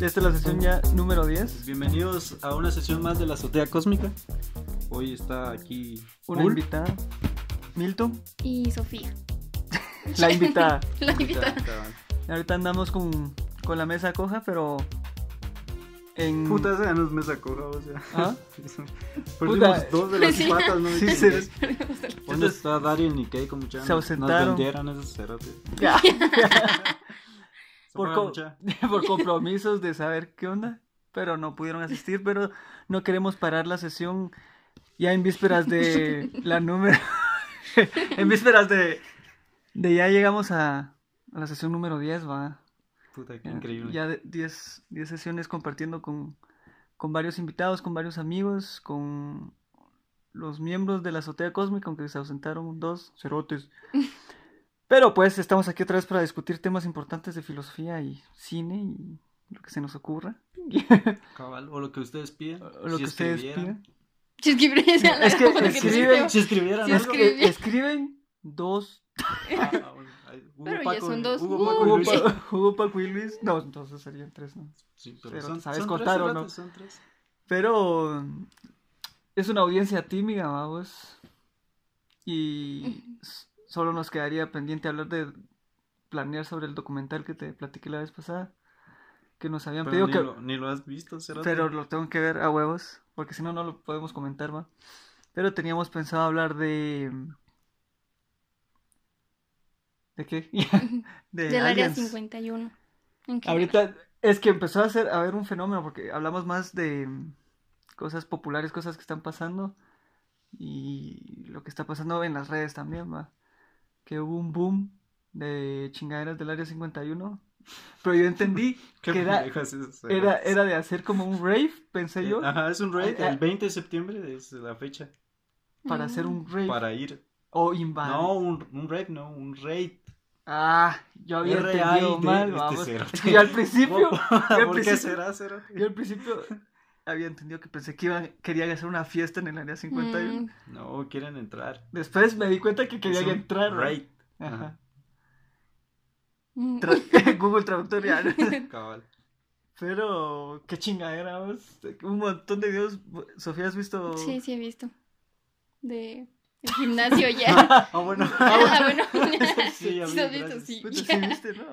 Esta es la sesión ya número 10. Bienvenidos a una sesión más de la azotea cósmica. Hoy está aquí Una Mul. invitada. Milton, Y Sofía. la invitada. La Está- invitada. está- Ahorita andamos con, con la mesa coja, pero. En. Puta, esa ya nos me sacó, o sea. ¿Ah? Perdimos Puta. dos de las Sí. patas, ¿no? Sí, se- ¿Dónde está Darien y Kay como Se muchachos? ausentaron. Nos vendieron esos cerotes. Se Ya, por, fueron, co- mucha. por compromisos de saber qué onda, pero no pudieron asistir, pero no queremos parar la sesión ya en vísperas de la número. en vísperas de. De ya llegamos a, a la sesión número 10, va. Puta, qué increíble. Ya de- 10 10 sesiones compartiendo con, con varios invitados, con varios amigos, con los miembros de la azotea cósmica, aunque se ausentaron dos cerotes. Pero pues estamos aquí otra vez para discutir temas importantes de filosofía y cine y lo que se nos ocurra. Cabal, o lo que ustedes piden. Lo que si ustedes escribieran. pidan. Chisquibres, a la- Es que lo te escriben- escribo. Si escribieran. Si ¿no? Es que escribí. escriben dos. Ah, ah, bueno, ahí, Hugo, Pero ya Paco, son dos. Hugo, Paco y Uh, Hugo, Luis. Pa- Hugo Paco y Luis. No, entonces serían tres, ¿no? Sí, pero Pero, son, ¿sabes son contar tres o no? cerotes, son tres. Pero mm, es una audiencia tímida, vamos. Y s- solo nos quedaría pendiente hablar de planear sobre el documental que te platiqué la vez pasada. Que nos habían pedido Pero ni, que. lo, ni lo has visto, cerote. Pero lo tengo que ver a huevos. Porque si no, no lo podemos comentar, va. Pero teníamos pensado hablar de. mm, ¿De qué? de Del área aliens. 51. En general. Ahorita es que empezó a hacer a ver un fenómeno porque hablamos más de mm, cosas populares, cosas que están pasando y lo que está pasando en las redes también, va. Que hubo un boom de chingaderas del área 51, pero yo entendí ¿Qué que era, pendejas esas era cerotes? era de hacer como un rave, pensé yo, Ajá, es un raid. Ah, ah. El 20 de septiembre es la fecha Mm. para hacer un rave para ir. o invadir. No, un, un raid, no, un raid. Ah, yo había R.A.I.D., entendido mal, este vamos. cerote. Es que yo al principio al ¿Por qué principio- será, será? Yo al principio había entendido que pensé que iban, querían hacer una fiesta en el área 51. Mm, No, quieren entrar. Después me di cuenta que Es querían un entrar. ¿no? Raid. Ajá. mm. Tra- Google Traductor ya, ¿no? Cabal. Pero qué chingadera, vamos. un montón de videos. Sofía, ¿has visto? Sí, sí he visto. De el gimnasio ya. Ah, bueno. Ah, bueno. Sí, ya vi, Sí, has visto, gracias. sí. Puta, Pues, sí viste, ¿no?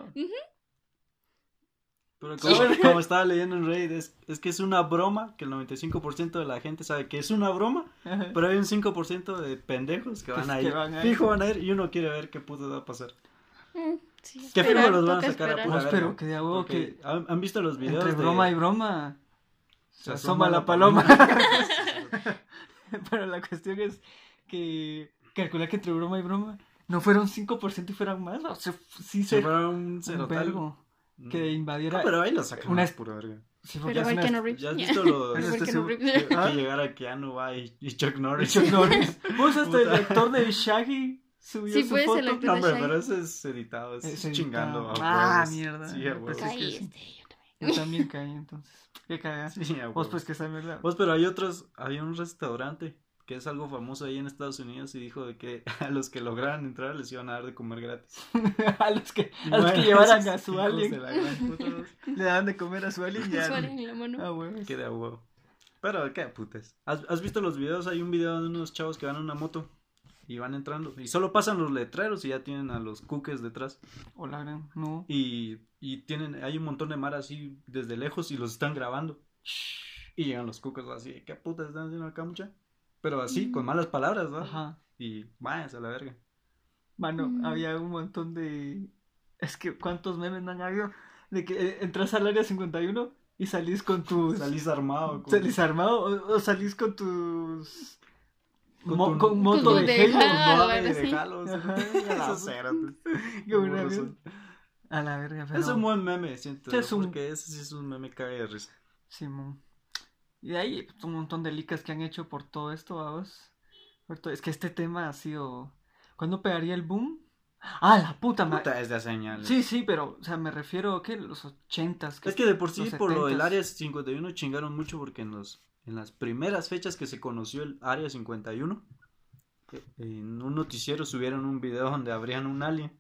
Pero como, como estaba leyendo en Raid, es, es que es una broma, que el 95% de la gente sabe que es una broma, Ajá. pero hay un 5% de pendejos que van a Pues Que ir. van a ir. Fijo van a ir y uno quiere ver qué puto va a pasar. Mm, sí, ¿Qué esperar, firma los van a toca sacar a esperar. pura Vos, pero verga? que de a huevo Porque que- ¿Han han visto los videos Entre de- broma y broma. Se asoma la Pero la cuestión es que calcular que entre broma y broma no fueron 5% y fueran más. O sea, sí Se se. fueron un un cerotal. vergo que invadiera. Ah, pero ahí la sacan. Una- Una pura verga. Sí, porque Pero es hay una- que no rip. ¿Ya has ya. visto los... Eso Igual está que no seguro- rip. que Ah. llegar a Keanu va y, y Chuck Norris? Chuck Norris. Vos Pues hasta el Puta. actor de Shaggy subió Sí, su puede ser foto. el actor. No, hombre, Shaggy. pero ese es editado, ese Es es editado. chingando. a Ah, huevos. mierda. Sí, a No, huevos. pues sí. Caíste, yo también. Yo también caí, entonces. Qué cagada. Sí, a Vos huevos. pues que esa mierda. Vos, pero hay otros, había un restaurante que es algo famoso ahí en Estados Unidos y dijo de que a los que lograran entrar les iban a dar de comer gratis. a los que, a los Bueno, que llevaran a esos su hijos de alien. la gran puta, vos. Le daban de comer a su alien y Suárez a. en la mano. Ah, huevo. Que de a huevo. Pero qué putes. ¿Has, has visto los videos? Hay un video de unos chavos que van en una moto y van entrando. Y solo pasan los letreros y ya tienen a los cuques detrás. O la gran. No. Y, y tienen, hay un montón de mar así desde lejos y los están grabando. Y llegan los cuques así, ¿qué putas están haciendo acá mucha? Pero así, con malas palabras, ¿no? Mm. Ajá. Y váyanse a la verga. Mano, Mm. había un montón de. Es que cuántos memes no han habido. De que eh, entras al área 51 y salís con tus. Salís armado. con- Pues, Salís armado o, o salís con tus. Con mo- tu- con con moto tu de deja- Halo. Ah, No, bueno, de sí. jalos. Ajá. Esos cerotes. Qué buena Burros mierda. son. A la verga, pero. Es un buen meme, siento. Sí, es ¿no? un- Porque ese sí es un meme cae de risa. Simón. Y de ahí pues, un montón de licas que han hecho por todo esto, vamos. Por todo- Es que este tema ha sido. ¿Cuándo pegaría el boom? Ah, la puta madre. Puta, es de señales. Sí, sí, pero, o sea, me refiero a que los ochentas. Es que de por sí, los por lo del 70s. Área 51 chingaron mucho porque en, los, en las primeras fechas que se conoció el Área 51, eh, en un noticiero subieron un video donde abrían un alien.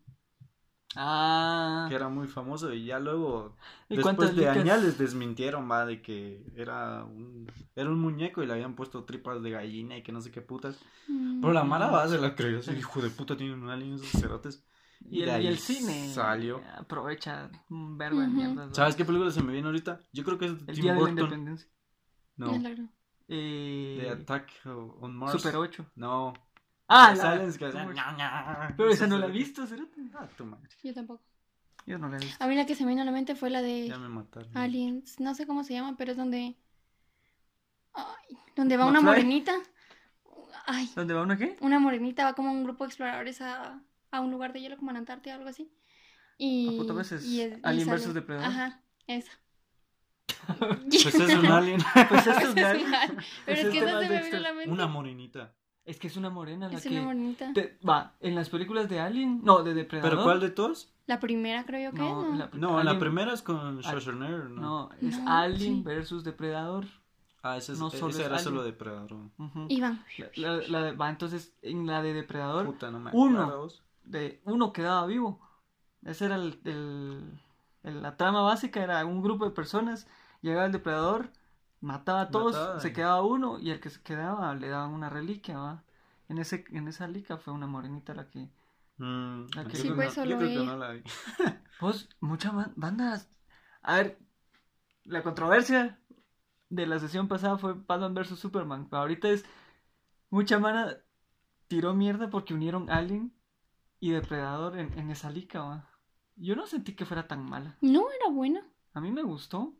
Ah. que era muy famoso y ya luego ¿Y cuántas después de licas? años les desmintieron va de que era un era un muñeco y le habían puesto tripas de gallina y que no sé qué putas Mm. pero Mm. la mala va se la creyó así, hijo de puta tienen un alien esos cerotes Y el, de ahí y el cine. salió Aprovecha un verbo de Ujú. mierda. sabes qué película se me viene ahorita yo creo que es El Tim día de la Burton independencia. no Eh, The Attack on Mars Super 8. no Ah, Los la- aliens que hacían Super- ña, ña, Pero esos esa no la he cerotes. visto, cerote. ah tu madre Yo tampoco. Yo no la he visto. A mí la que se me vino a la mente fue la de ya me mataron Aliens. No sé cómo se llama, pero es donde. Ay, donde va una McFly. morenita. Ay, ¿Dónde va uno qué? una morenita va como un grupo de exploradores a, a un lugar de hielo como en Antártida o algo así. Y. A puta veces, y es- y Alien sale- versus Depredador. Ajá, esa. pues es un alien Pues esto es Pues es real. igual, Pues Pero es es que tema esa de se me vino a la mente. una morenita Es que es una morena la Es que. una morenita. te- va, en las películas de Alien. No, de Depredador. pero cuál de todos La primera creo yo que No, es, ¿no? la, No, la Alien- primera es con Schwarzenegger, ¿no? No, es No, Alien sí. versus Depredador. Ah, ese, es- no ese solo es era Alien. solo Depredador. Ujú. Iván. La- la- la de- va, entonces, en la de Depredador, Puta, no me Uno. acuerdo, vos. de uno quedaba vivo. Esa era el, el- el- la trama básica, era un grupo de personas, llegaba el depredador, mataba a todos, Mataba, se y- quedaba uno y al que se quedaba le daban una reliquia, ¿va? En, ese, en esa lica fue una morenita la que... Mm, La que- yo Sí, creo pues, no- solo yo creo que ella. no la vi. Pues mucha ba- banda... A ver, la controversia de la sesión pasada fue Batman vs. Superman, pero ahorita es... Mucha mana tiró mierda porque unieron Alien y Depredador en, en esa lica, ¿va? Yo no sentí que fuera tan mala. No, era buena. A mí me gustó.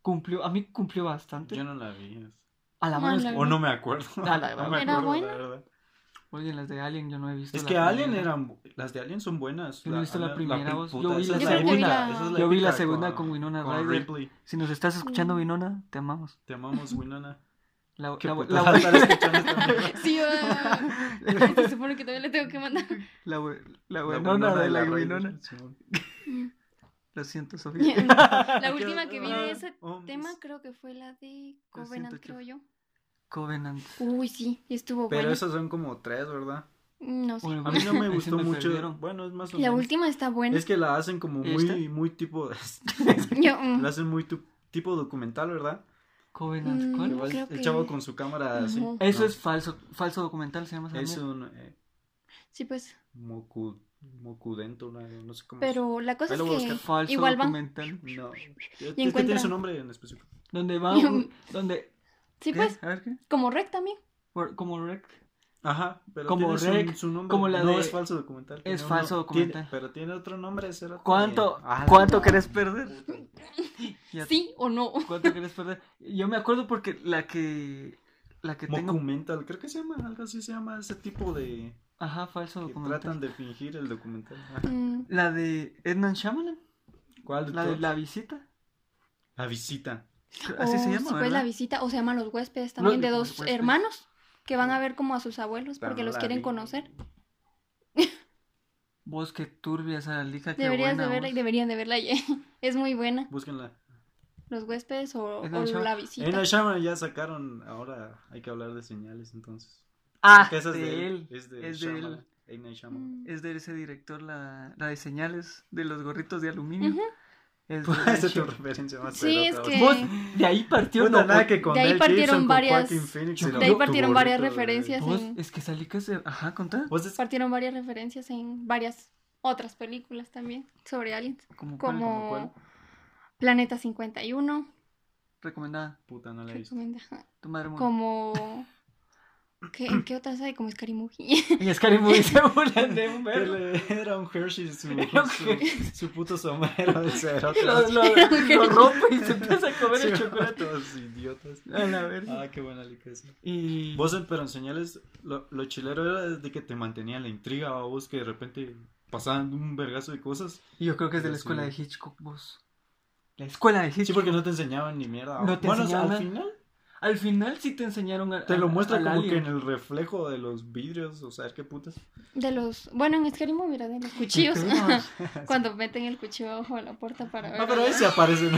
Cumplió, a mí cumplió bastante. Yo no la vi. A la No, mano. la- O no me acuerdo. Ah, la- no ¿Era me acuerdo, buena? la verdad. Oye, las de Alien yo no he visto. Es la que Alien primera. eran. bu- Las de Alien son buenas. Yo no he visto la a mí- primera, pri- vos. puta, Yo vi esa la es segunda. épica, Yo esa es Yo vi la épica segunda con Winona con Ryder. Ripley. Si nos estás escuchando, Winona, te amamos. Te amamos, Winona. La, Qué la- puta la- estar escuchando esta mierda. Sí, ah, se supone que todavía le tengo que mandar. la we- la La Winona de la Ryder, Winona. Simón. Lo siento, Sofía. La última que vi Ah, de ese Hombres. tema creo que fue la de ah, Covenant, pues, siento, creo yo. Covenant. Uy, sí, estuvo Pero buena. Mm, esas son como tres, ¿verdad? No sé. Bueno, A mí no me se gustó mucho. perdieron. Bueno, es más o La menos. última está buena. Es que la hacen como muy, ¿Esta? muy tipo. Yo, mm, la hacen muy tu- tipo documental, ¿verdad? Covenant, Mm, Que ¿cuál? no va el creo que- chavo con su cámara así. Ujú. Eso No, es falso, falso documental, se llama esa Es mierda. un. eh, Sí, pues. mocu- mocudento, no, no sé cómo. Pero la cosa Ahí es lo voy a que buscar. Falso igual van. documental. es. No. Es que encuentran- tiene su nombre en específico. Donde va un- donde Sí, ¿qué? pues, A ver qué. como rec también. Por- Como rec. Eh, Ajá, pero Como tiene su- rec, su, nombre. como la no de- es falso documental. tiene uno- falso tiene- documental. pero tiene otro nombre. ese era- ¿Cuánto, Ah, la ¿cuánto puta. querés perder? Ya- Sí o no. ¿Cuánto querés perder? Yo me acuerdo porque la que. La que tengo. Mocumental, creo que se llama, algo así se llama ese tipo de. Ajá, falso que documental. tratan de fingir el documental. Ajá. Mm, La de Ednan Shyamalan. ¿Cuál de La de todos? La Visita. La visita. Así se o llama, si fue ¿verdad? Oh, pues, la visita, o se llama Los Huéspedes también, de Los dos Huéspedes. hermanos que van a ver como a sus abuelos porque Pero los la quieren vi. conocer. Vos qué turbia esa lica que Deberías buena, de verla y vos. deberían de verla. y- Es muy buena. Búsquenla. Los Huéspedes o, Es o una La En Visita. la llama ya sacaron, ahora hay que hablar de señales entonces. Ah, Porque esa es de él. Es de, es de él. Shyamalan, M. Night Shyamalan. Mm. Es de ese director, la, la de señales de los gorritos de aluminio. Ujú. Es de- Pues, Esa es tu referencia más Sí, es pelota, que- vos. Vos, de ahí partió Puta, no, nada vos- que con De ahí Mel partieron Gibson, con varias- Joaquin Phoenix, de y ahí luego tu partieron varias burrito de- referencias. vos, en- es que esa lica se. Ajá, contá. Vos es- Partieron varias referencias en varias otras películas también sobre aliens. Como, cuál? como Como Planeta 51, recomendada. Puta, no la he visto. recomienda. ajá, Tu madre muere. Como... ¿Qué, ¿Qué otras hay? Como Scary Movie. Y es que muy se burlan de un Que verbo. le- Era un Hershey su, Era un su- Hershey. su puto sombrero de cero. lo, lo- lo rompe y se empieza a comer el chocolate. Todos idiotas. A la verga. Ah, qué buena licencia. Y Vos, eh, pero en señales, lo, lo chilero era de que te mantenía la intriga, ¿va? vos que de repente pasaban un vergazo de cosas. y yo creo que es de la Sí. escuela de Hitchcock, vos. La escuela de Hitchcock. Sí, porque no te enseñaban ni mierda. ¿va? No te bueno, o sea, enseñaban al nada. final Al final sí te enseñaron a. te lo muestra como que en no. el reflejo de los vidrios, o sea, qué putas. De los... Bueno, en Scary Movie era de los cuchillos. Cuando meten el cuchillo abajo de la puerta para ver. Ah, pero ahí se aparecen.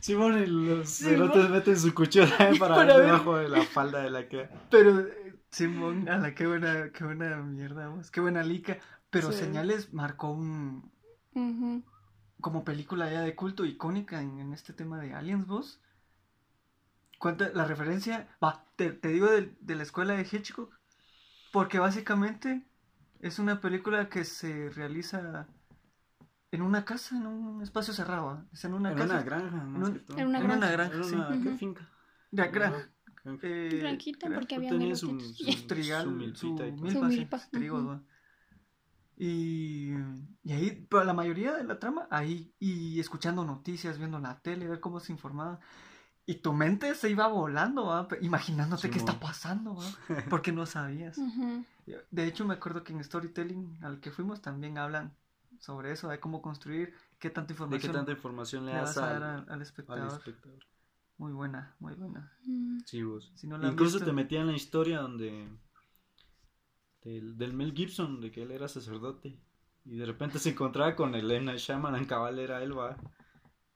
Simón y los cerotes meten su cuchillo también para, Para ver ver. debajo de la falda de la que. Pero, eh, Simón, a la qué buena, qué buena mierda, vos. Qué buena lica. Pero Sí. señales marcó un. Ujú. como película ya de culto icónica en, en este tema de Aliens, vos. Cuenta la referencia, va, te, te digo del- de, la escuela de Hitchcock, porque básicamente es una película que se realiza en una casa, en un espacio cerrado, ¿ah? es en una en casa, una granja, más En que un- todo. en una en una Era granja, sí. una- ¿qué Ujú. finca? La granja, Una granja. eh, Tranquita, gra- porque había tenía su- melocotones. su- su trigal, su milpita y todo. milpa, Su sí, milpa, su trigo, ujú. ¿va? Y, y ahí, pero la mayoría de la trama, ahí, y escuchando noticias, viendo la tele, ver cómo se informaba. Y tu mente se iba volando, ¿va? Pe- imaginándote qué Simón. está pasando, ¿va? porque no sabías. Ujú. De hecho, me acuerdo que en Storytelling al que fuimos también hablan sobre eso, de cómo construir, qué tanta ¿De qué información tanta información le le vas das a dar al, al, al al espectador. espectador? Muy buena, muy buena. Mm. Sí, vos. Si no la han Incluso visto- te metía en la historia donde del, del Mel Gibson, de que él era sacerdote. Y de repente se encontraba con Elena Shamanan, cabal era él, va.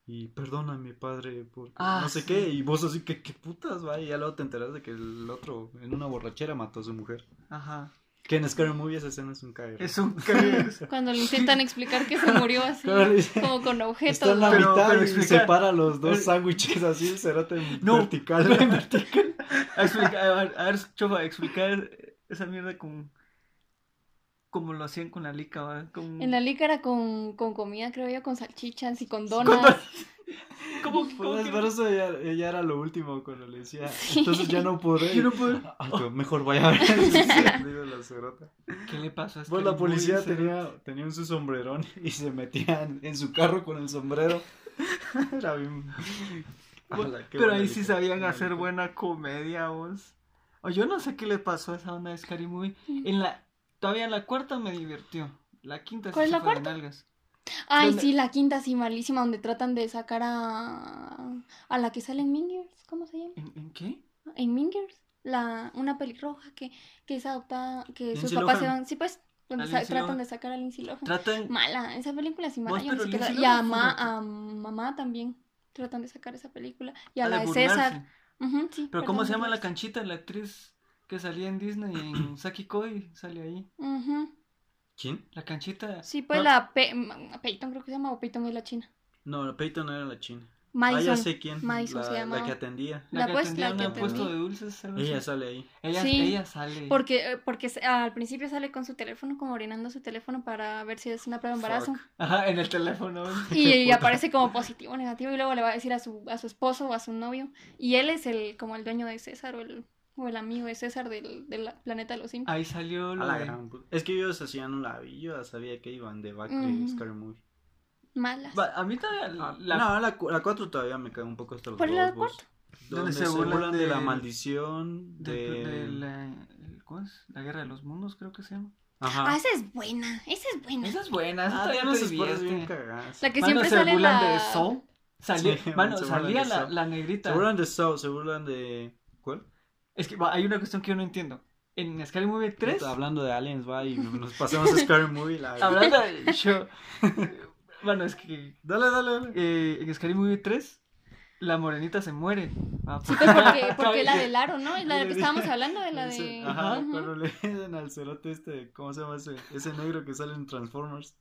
Y perdóname, padre, porque Ah, no sé sí. qué. Y vos así que, ¿qué putas, va? Y ya luego te enteras de que el otro en una borrachera mató a su mujer. Ajá. Que en Scary Movie esa escena es un caer. Es un cague- Cuando le intentan explicar que se murió así, Claro, dice, como con Está objetos. en la Pero- mitad pero y explica- separa los dos Eh. sándwiches así, el cerote en No. vertical. en vertical. A, explica- a ver, a ver, chofa, explicar esa mierda con. Como lo hacían con la lica, ¿va? Con- En la lícara con, con comida, creo yo, con salchichas y con donas. ¿Cómo, cómo Pues, que- por eso ella, ella era lo último cuando le decía. Entonces ya no podré. Yo no puedo- Ay, yo mejor vaya a ver. Digo, la cerota. ¿Qué le pasó? a Pues este la policía muy serio? tenía, tenía un su sombrerón y se metía en, en su carro con el sombrero. Era bien. Bueno, Ala, qué Pero buena ahí sí lica, sabían buena hacer lica. buena comedia, vos. O yo no sé qué le pasó a esa onda de Scary Movie. En la... Todavía en la cuarta me divirtió. La quinta ¿Cuál es se la fue de cuarta? nalgas. Ay, ¿Dónde? sí, la quinta, sí, malísima, donde tratan de sacar a. a la que sale en Mingers, ¿cómo se llama? ¿En, en qué? En Mingers, la, una pelirroja que, que es adoptada, que sus Lindsay papás se Lohan. van. Sí, pues, donde La sa- Lindsay tratan Lohan. de sacar a Lindsay Lohan. Tratan. Mala, esa película sí mala. Vos, yo no pero sé qué Lindsay tal. y a, Lohan ma- fue una- a mamá también tratan de sacar esa película. Y a, a la de burlarse. César. Ujú, sí, Pero ¿cómo tratan se de llama la burlarse. canchita? La actriz que salía en Disney y en Saki Koi sale ahí. Ujú. ¿Quién? La canchita. Sí, pues No, Ah, la Pe- ma- Peyton creo que se llama, o Peyton es la china. No, Peyton era la china. Ah, Madison. ya sé quién. Madison la, se la llamaba. que atendía. La, La que pues, atendía la que un atendí. puesto de dulces. algo Ella así. sale ahí. ella, Sí. ella sale. Porque, eh, porque se- al principio sale con su teléfono, como orinando su teléfono para ver si es una prueba de embarazo. Fuck. Ajá, en el teléfono. Y, Qué y puta. aparece como positivo o negativo y luego le va a decir a su, a su esposo o a su novio. Y él es el como el dueño de César o el, o el amigo de César del, del planeta de los simios. Ahí salió A lo la de- gran puta. Es que ellos hacían un labillo, ya sabía que iban de back Ujú. Scary Movie. Ah, Malas. Ah, Va, A mí todavía la- la- No, la, cu- la 4 todavía me cae un poco hasta los ¿Cuál es la huevos, vos. Donde se burlan de, la maldición de, de... de la, el- ¿cómo es? La guerra de los mundos, creo que se llama. Ajá. Ah, esa es buena, esa es buena. Esa es buena, esa Ah, todavía no te se disparas bien divierte. cagadas. La Mm. que Mano, siempre se sale burlan la... de Saw. Salió, Sí, mano, se burlan salía de la, Saw. la negrita. Se burlan de Saw, se burlan de... ¿Cuál? Es que va, hay una cuestión que yo no entiendo. En Scary Movie 3, Puta, Hablando de aliens, va, y nos pasamos a Scary Movie. La... hablando de yo, bueno, es que Dale, dale, dale. eh, en Scary Movie 3, la morenita se muere. Ah, Sí, pues, pues porque, porque la del aro, ¿no? Es la de la que estábamos hablando, de la de... Ajá, Ujú. cuando le dicen al cerote este, ¿cómo se llama ese? Ese negro que sale en Transformers.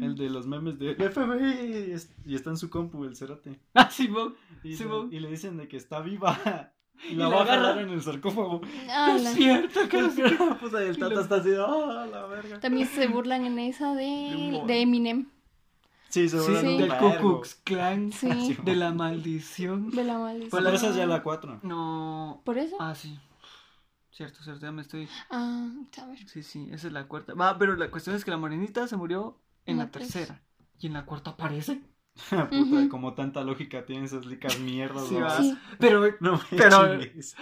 El de los memes de "El FBI y es- y está en su compu el cerote. Ah, sí, Bob. Y, Sí, le- bo. y le dicen de que está viva. Y la la va a agarra. jalar en el sarcófago. Es Ala. cierto que no sé qué. Puta, y el Y tata lo- está así, ¡ah, la verga! También se burlan en esa De de, humor. de Eminem, Sí, se Sí, burlan un del vergo. Ah, Ku Klux Klan, Sí. de la maldición. de la maldición. Pues Pero esa es ya Pues la 4. No. ¿Por eso? Ah, sí. Cierto, cierto, ya me estoy. Ah, a ver. Sí, sí, esa es la cuarta. Va, pero la cuestión es que la morenita se murió en En la la tercera. Y en la cuarta aparece. Puta, Ujú. como tanta lógica tienen esas licas mierdas. Sí, ¿no? va. Sí. Pero, No me Pero- chingues.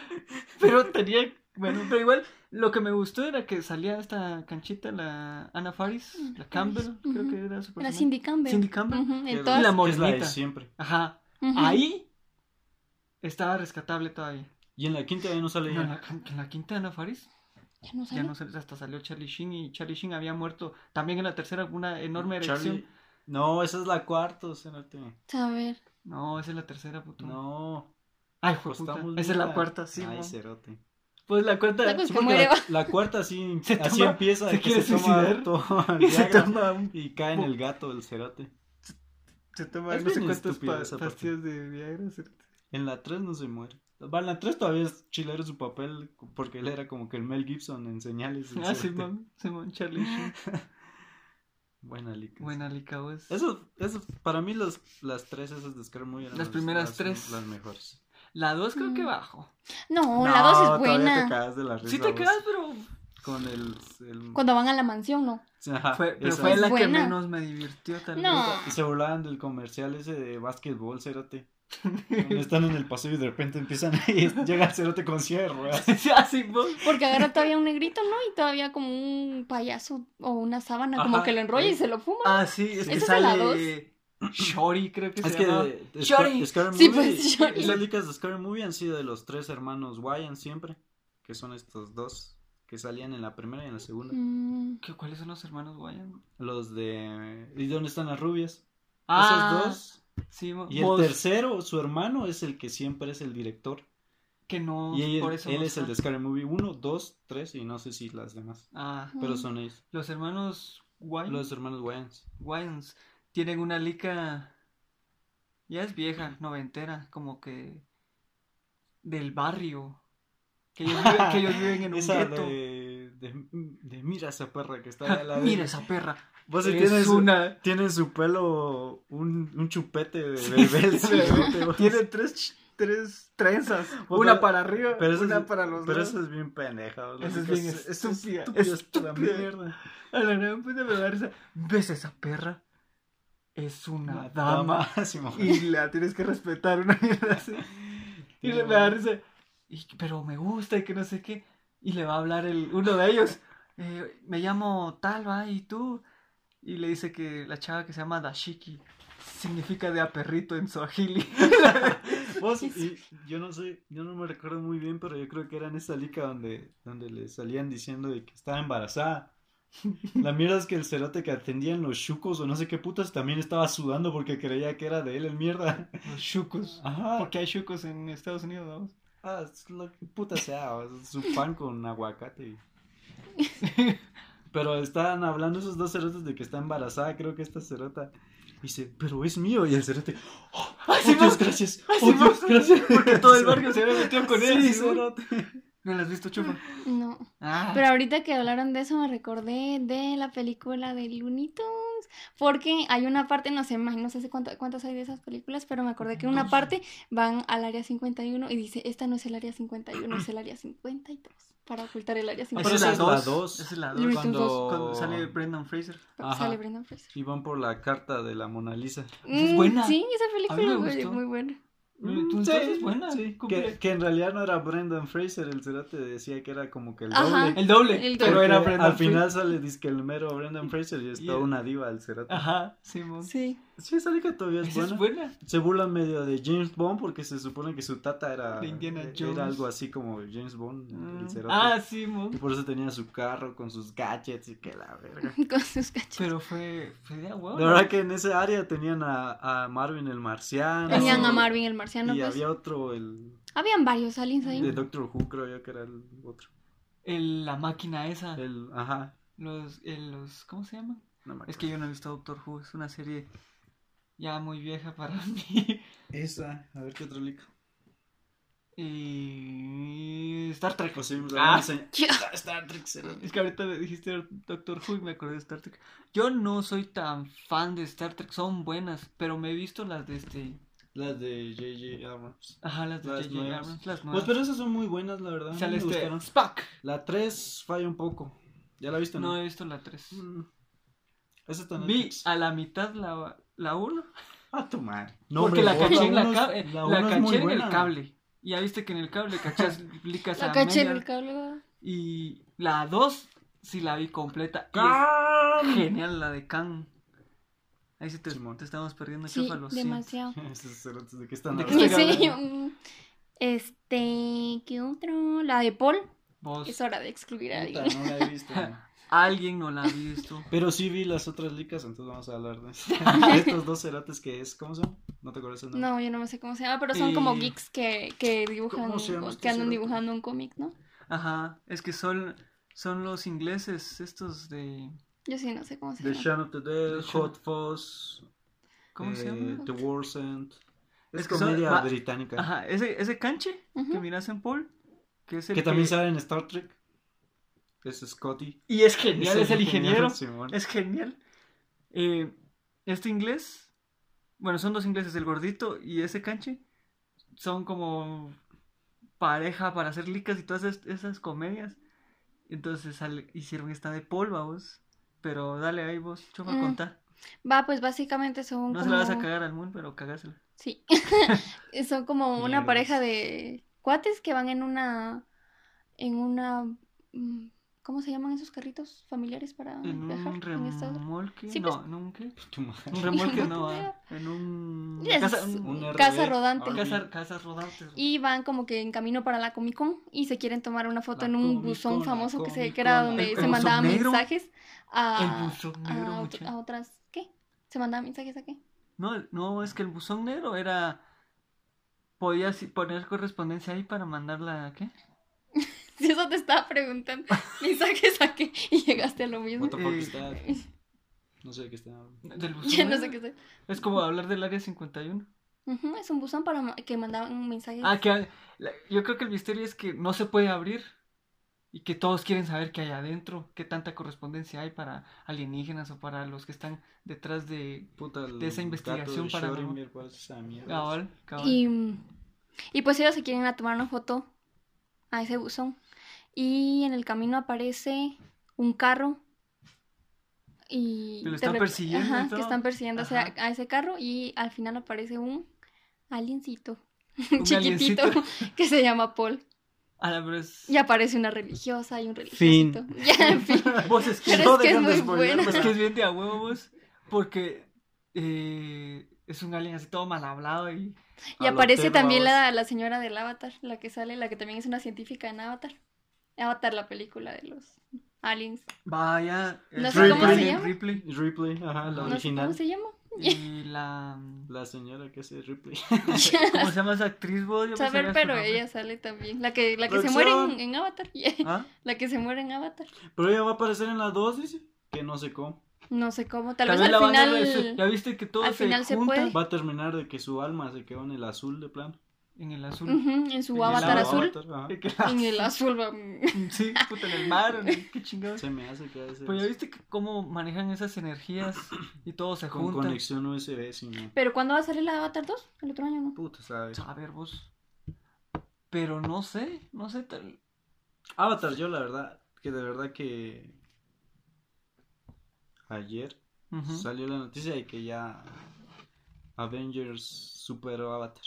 pero tenía. Bueno, pero igual, lo que me gustó era que salía esta canchita, la Ana Faris, la Campbell, Mm, Ujú. creo que era su Era personaje. Cindy Campbell. Cindy Campbell. Ujú, en Que es todas- Y la que es la de morenita. siempre. Ajá. ujú. Ahí estaba rescatable todavía. Y en la quinta ya no sale No, en ya. la, en la quinta Ana Faris Ya no ya sale. no sé, hasta salió Charlie Sheen y Charlie Sheen había muerto también en la tercera una enorme erección. Charlie. No, esa es la cuarta, cerote. A ver. No, esa es la tercera, puto. No. Ay, jueputa, Costamos Esa es la vida. cuarta, sí. Ay, mo. cerote. Pues la cuarta. La cosa- Sí, que porque muere, la, la cuarta sí, Se así toma- empieza. se de que quiere toma suicidar. todo Y se Viagra toma, un- y cae en el gato del cerote. se toma Es no sé bien cuántas estúpida pa- esa parte. pastillas de Viagra. ¿sí? En la 3 no se muere. Va, en la 3 todavía es chilero su papel porque él era como que el Mel Gibson en señales. del Ah, Cerote. Simón, Simón Charlie. Sheen. Buena lica. Buena Licao es. Eso, eso, para mí los, las tres esas de Scary Movie eran Las primeras tres. Las mejores. La 2 creo que Mm. bajo. No, Oh, la dos es todavía te buena. cagas de la risa. Sí te vos. quedas, pero. Con el... el- Cuando van a la mansión, ¿no? Ajá, Fue, pero Ah, esa. fue Es la que buena. menos me divirtió también. No. Y se burlaban del comercial ese de básquetbol, cerote. Cuando están en el paseo y de repente empiezan y llega el cerote con cierre, ah, Simón. Porque agarra todavía un negrito, ¿no? Y todavía como un payaso o una sábana, como Ajá, que lo enrolla y se lo fuma. Ah, sí, es que ¿Esa es la sale. Shori, creo que Es se que llamaba. eh, Sc- Shorty. Scary Sí, Movie, pues, Shorty. las licas de Scary Movie han sido de los tres hermanos Wyan siempre, que son estos dos que salían en la primera y en la segunda. Mm, ¿Qué- ¿Cuáles son los hermanos Guayan? Los de ¿Y dónde están las rubias? Ah, Esos dos. Sí, dos. Y pues- el tercero, su hermano es el que siempre es el director. Que no. Y ella- por eso él no es está. el de Scary Movie 1, 2, 3 y no sé si las demás. Ah, Pero Mm. son ellos. los hermanos Wayans, Los hermanos Wayans. Wayans tienen una lica. Ya es vieja, noventera, como que. Del barrio. Que ellos viven, que ellos viven en un Esa gueto. de, de- de mira esa perra que está allá al lado. Mira esa perra. Vos si Es tienes una... una. Tiene en su pelo un, un chupete de Sí, bebé. sí, sí, sí. bebé, vos. Tiene tres, ch- tres trenzas. Vos, una pero- para arriba, pero eso una es- para los Pero lados. eso es bien pendeja. vos, Eso es loco, bien estúpida, hasta la estúpida. mierda. A la gran puta me da risa. ¿Ves esa perra? Es una, Una dama. dama, Simón. Y la tienes que respetar una mierda así. Y le me da risa. Y, pero me gusta y que no sé qué. Y le va a hablar el, uno de ellos. eh, me llamo tal, va, y tú. Y le dice que la chava que se llama Dashiki significa de a perrito en Swahili. Vos, Pues, y yo no sé, yo no me recuerdo muy bien, pero yo creo que era en esa lica donde, donde le salían diciendo de que estaba embarazada. La mierda es que el cerote que atendía en los chucos o no sé qué putas también estaba sudando porque creía que era de él el mierda. Los shucos. Ajá. Ah, Porque hay shucos en Estados Unidos, vamos. Ah, es lo que puta sea, o sea, su pan con aguacate. Pero estaban hablando esos dos cerotes de que está embarazada, creo que esta cerota. Dice, pero es mío. Y el cerote, oh, ¡Ay, oh, sí, Dios, no! gracias. ¡Ay, oh, sí, no! Dios, gracias. Porque todo el barrio se había metido con él. Sí, así, ¿no? cerote. ¿No la has visto, chufa? no. Ah, Pero ahorita que hablaron de eso me recordé de la película de Looney Tunes, porque hay una parte, no sé, imagino- no sé si cuánta- cuántas hay de esas películas, pero me acordé que una Dos. parte van al área 51 y dice, esta no es el área 51, es el área 52, para ocultar el área esa 52. es la Esa es la 2. dos. Esa es la 2. Looney Tunes Cuando, dos. Cuando sale Brendan Fraser. Pero Ajá. Sale Brendan Fraser. iban por la carta de la Mona Lisa. Pues Es Mm, buena. Sí, esa película me güey, gustó. es muy buena. pues, Entonces es buena. sí. cumple. Que, que en realidad no era Brendan Fraser, el cerote decía que era como que el Ajá. doble. El doble. El Pero doble. era Porque Brendan Al final sale disque el mero Brendan Fraser y es Y toda el- una diva el cerote. Fraser. Ajá, Simón. Sí. Sí, esa liga todavía es Esa buena. es buena. Se burlan medio de James Bond porque se supone que su tata era, De Indiana era Jones. algo así como James Bond, el cerote. Ah, Y Simón. por eso tenía su carro con sus gadgets y que la verga. Con sus cachos. Pero fue, fue de agua. La verdad que en ese área tenían a, a Marvin el marciano. Tenían no. a Marvin el Y marciano, pues. había otro, el Habían varios aliens ahí. de Doctor Who, creo yo que era el otro. El- la máquina esa. El, ajá. Los, el- los. ¿Cómo se llama? no me Es que yo no he visto Doctor Who. Es una serie ya muy vieja para mí. acuerdo. Esa, a ver qué otro lico. Y. Star Trek. Pues sí, Ah. ah. Ya. Star Trek será. Es que ahorita me dijiste Doctor Who y me acordé de Star Trek. Yo no soy tan fan de Star Trek, son buenas, pero me he visto las de este. Las de J.J. Abrams. Ajá, las de Las J.J. nuevas. Abrams, las Pues nuevas. pero esas son muy buenas, la verdad. a mí Sale me este. gustaron. Spock. La 3 falla un poco. ¿Ya la viste? No he visto la 3. Mm. Esa está en Vi Netflix. a la mitad la, la 1. Ah, tu madre. porque la hombre, caché en la, uno es- cable. La, uno es muy caché en el buena. cable. Y Ya viste que en el cable cachas licas La a caché en media. el cable. ¿verdad? Y la 2 sí la vi completa. Y es ¡Cam! genial la de Khan. Ahí sí te, Simón. te estamos perdiendo, Sí, chafa, lo siento. demasiado. Esos cerotes, ¿De qué están ¿De qué hablando? estoy Sí, mm, este, ¿qué otro? La de Paul. Vos, Es hora de excluir a alguien. Puta, no la he visto. no. alguien no la ha visto. Pero sí vi las otras licas, entonces vamos a hablar de, de estos dos cerotes que es. ¿Cómo se llama? ¿No te acuerdas el nombre? No, yo no me sé cómo se llama, pero son como Y- geeks que, que dibujan, ¿Cómo se llama o este que andan cerote? dibujando un cómic, ¿no? Ajá, es que son, son los ingleses estos de... Yo sí, no sé cómo se The llama. Shaun of the Dead, The Shaun- Hot Fuzz, ¿Cómo se eh, llama? The War's End. Es, Es que son- comedia va- británica. Ajá, ese, ese canche que Ujú. miras en Paul, que es el que también sale en Star Trek. Es Scotty. Y es genial, es el ingeniero. Simón. Es genial. Eh, este inglés, bueno, son dos ingleses, el gordito y ese canche, son como pareja para hacer licas y todas es- esas comedias. Entonces sale- hicieron esta de polva, vos. Pero dale ahí vos, chofa, Mm, contá. Va, pues básicamente son No como... se la vas a cagar al mundo, pero cagásela. Sí. Son como una Mierdas. pareja de cuates que van en una. En una. mm, ¿Cómo se llaman esos carritos familiares para En viajar? un en esta otra? remolque, Sí, pues, no, en un qué? Tu madre. Un remolque no va. En un. Es- Casa, un- un RV, casa rodante. RV. casa- casas rodantes. Y van como que en camino para la Comic Con y se quieren tomar una foto La en un Comic Con, buzón la famoso que, se, Comic que era Con, el donde se buzón mandaban negro. mensajes a. El buzón a negro, ot- muchacho. a otras. ¿Qué? ¿Se mandaban mensajes a qué? No, no, es que el buzón negro era. Podías i- poner correspondencia ahí para mandarla a qué? Si eso te estaba preguntando, mensajes a qué y llegaste a lo mismo. What the fuck Eh. is that? No sé de qué está hablando. Del buzón Ya no sé negro. qué sé. Es como hablar del área 51. Ujú, es un buzón para ma- que mandaban mensajes. Ah, que la- yo creo que el misterio es que no se puede abrir y que todos quieren saber qué hay adentro, qué tanta correspondencia hay para alienígenas o para los que están detrás de. Puta, el De esa investigación gato de para- Ah, Schrödinger, ¿cuál es esa mierda? Cabal, cabal. y, y pues ellos se quieren ir a tomar una foto a ese buzón. Y en el camino aparece un carro. Y Que lo te están re- persiguiendo y Ajá, todo. que están persiguiendo hacia- Ajá. a ese carro. Y al final aparece un aliencito. Un aliencito. chiquitito que se llama Paul. A la vez. Y aparece una religiosa y un religiosito. Ya, en fin. Vos es Pero no es que es dejan de muy spoilear, buena. Es Pues que es bien de a huevo vos, porque eh, es un alien así todo mal hablado y. Y A Ah, lo aparece Terra, también vos. la, la señora del Avatar, la que sale, la que también es una científica en Avatar. Avatar, la película de los aliens. Vaya. No es sé cómo se Ripley, llama. Ripley. Ripley, ajá, No sé la No sé cómo original. se llama. Y la. La señora que hace Ripley. ¿Cómo se llama esa actriz vos? Yo me Saber, sabía su pero nombre. ella sale también. La que, la que se muere Producción. en, en Avatar. ¿Ah? La que se muere en Avatar. Pero ella va a aparecer en la 2, dice. Que no sé cómo. No sé cómo. Tal También vez la al van a ver, final. Ya viste que todo al se final se junta puede. Va a terminar de que su alma se quedó en el azul de plano. en el azul. Ujú, en En su el avatar agua. azul. ajá. Que la- En el azul. va- Sí, puta, en el mar, en el- qué chingados. Se me hace que hace Pero Pues ya viste que cómo manejan esas energías y todo se con junta. conexión USB, si no. Pero ¿cuándo va a salir la Avatar 2? El otro año, ¿no? Puta, ¿sabes? A ver vos. Pero no sé, no sé tal. Avatar, yo la verdad, que de verdad que ayer Ujú. salió la noticia de que ya Avengers superó Avatar.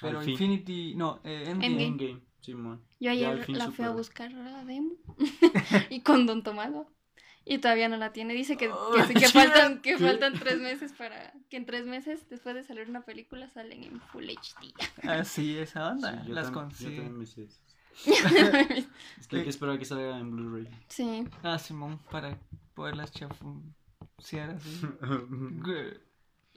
Pero Al fin. Infinity, no, eh, Endgame. Endgame. Endgame, Simón. Yo Ya al ayer fin la fui a superó. buscar a la demo y con Don Tomás ¿no? y todavía no la tiene. Dice que, que, sí, que Ay, faltan, que ¿qué? faltan tres meses para que en tres meses después de salir una película salen en Full HD. Así esa onda, Sí, yo las tam- Yo consigue. también me sé eso. Es que hay Eh, que esperar a que salga en Blu-ray. sí, Ah, Simón, para poderlas chafunciar así. Gue-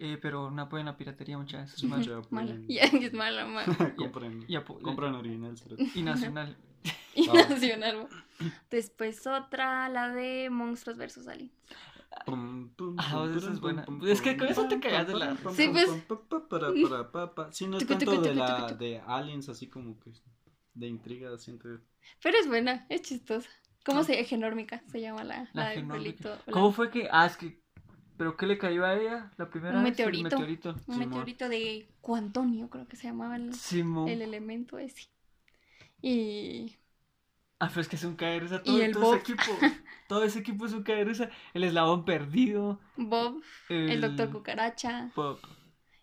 eh, pero no apoyan la piratería muchas Sí, veces. mal. ya, mala. pues. Ya es mala, mala. Compren. Y, apo- Compran original. pero- y nacional. Y Ah. nacional. ¿no? Después otra, la de Monstruos vs. Aliens. Pum, pum, Ah, pum, esa es pum, buena. pum, Es que pum, con eso pum, te cagas de pum, la pum, risa. Sí, pum, pues. pum, pum, pum, para, para, pa, pa. Sí, no es Tucu, tanto tucu, de tucu, la- tucu. de aliens, así como que de intriga, siento yo. Pero es buena, es chistosa. ¿Cómo Ah. se Genórmica se llama la, La la, del genómica. pelito? ¿Cómo fue que? Ah, es que. ¿Pero qué le cayó a ella la primera Un vez? El meteorito. meteorito. Un Simón. meteorito de Cuantonio, creo que se llamaba el, Simón. el elemento ese. Y Ah, pero es que es un caer esa todo, Y el todo ese Bob. equipo. Todo ese equipo es un caer esa. El eslabón perdido. Bob, El, el doctor cucaracha Pop.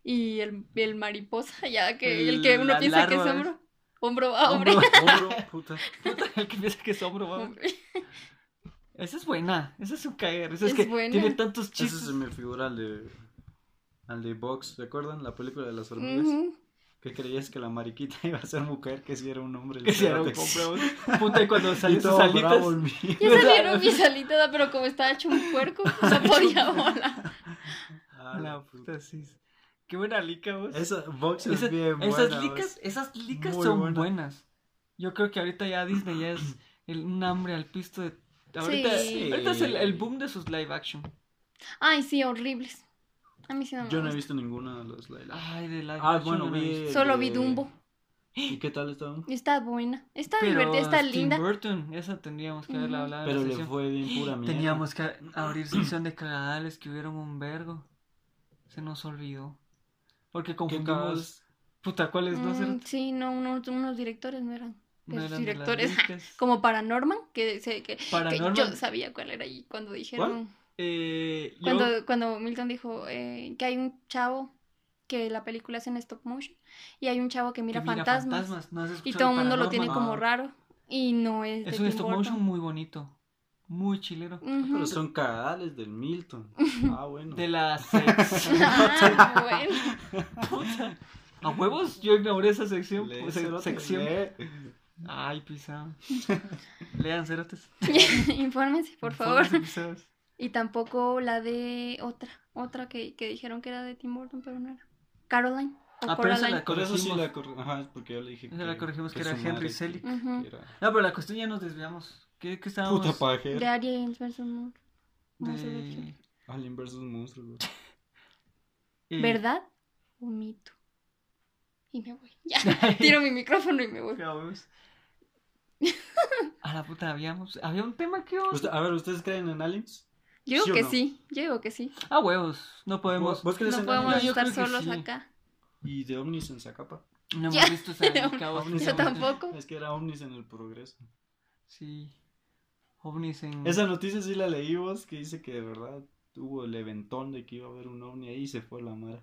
y el, el mariposa, ya que el, que El- uno la piensa que es larva, hombro. Hombro va, hombre. Hombro. Hombro, puta. El que piensa que es hombro, va. Hombre. Esa es buena. Esa es un caer. Esa es, Es que buena. tiene tantos Eso chistes. se me figura al de. Al de Vox, ¿se acuerdan? La película de las hormigas. Ujú. Que creías que la mariquita iba a ser mujer, que si era un hombre. el Que se era un cerote. compra. Puta, y cuando Y salen sus todo alitas. bravo el mío. Ya salieron mis alitas, pero como estaba hecho un puerco, no podía volar. A Ah, la puta, sí. Qué buena lica, vos. Esa Vox es Esas, bien buena. esas vos. licas, esas licas Muy son buena. buenas. Yo creo que ahorita ya Disney ya es el, un hambre al pisto de... Ahorita, Sí. ahorita es el, el boom de sus live action. Ay, sí, horribles. A mí sí no me Yo no he gusta. visto ninguna de las live action. Ay, de live Ah, action bueno, yo no he vi. visto. el Solo vi de- Dumbo. ¿Y qué tal estaba? Está buena. Está Pero divertida, está Tim linda. Burton, esa tendríamos que haberla Ujú. hablado. en Pero la le sesión. fue bien pura mierda. Teníamos que abrir sección de cagadales que hubieron un vergo. Se nos olvidó. Porque ¿Qué confundimos. cabas? Puta, ¿cuáles dos eran? Mm, sí, no, unos, unos directores no eran. No eran los de las directores, listas. Como Paranorman, que, se, que, que Paranormal. yo sabía cuál era y cuando dijeron. eh, yo- Cuando, cuando Milton dijo eh, que hay un chavo que la película es en stop motion y hay un chavo que mira, que fantasmas, ¿no has y escuchado de todo el mundo lo tiene Paranormal? Ah, Ah. como raro y no es de Es un Tim stop Burton. motion muy bonito. Muy chilero. Ujú. Pero son cagadales del Milton. Ah, bueno. De la sección. Ah, bueno. Puta. ¿A huevos? Yo inauguré esa sección. Lee, pues, se- cerote, sección. lee. Ay, pisado. Lean cerotes. Infórmense, por favor. Infórmense, pisados. Y tampoco la de otra, otra que, que dijeron que era de Tim Burton, pero no era. Caroline. O Ah, pero esa Coraline. la Por eso sí corregimos. la corregimos. Ajá, porque yo le dije. Esa la corregimos que su era Henry madre, Selick. que- Ujú. que era- No, pero la cuestión ya nos desviamos. ¿Qué, qué estábamos? Puta pajera. De Ariel versus Moore. De- Alien vs. Monstruo. güey. eh, ¿Verdad o mito? Y me voy. Ya, tiro mi micrófono y me voy. a huevos. A la puta, habíamos. Había un tema que íbamos- Usted- A ver, ¿ustedes creen en aliens? Yo digo ¿Sí o que no? sí, yo digo que sí. Ah, huevos. No podemos. ¿Vos crees No en podemos no, yo aliens? creo estar que solos sí. acá. Y de ovnis en Zacapa. No Ya. hemos visto esa de cabos. Yo Yo Precisamente. tampoco. Es que era ovnis en el progreso. Sí. Ovnis en. Esa noticia sí la leí vos, que dice que de verdad hubo el eventón de que iba a haber un ovni ahí y se fue la mara.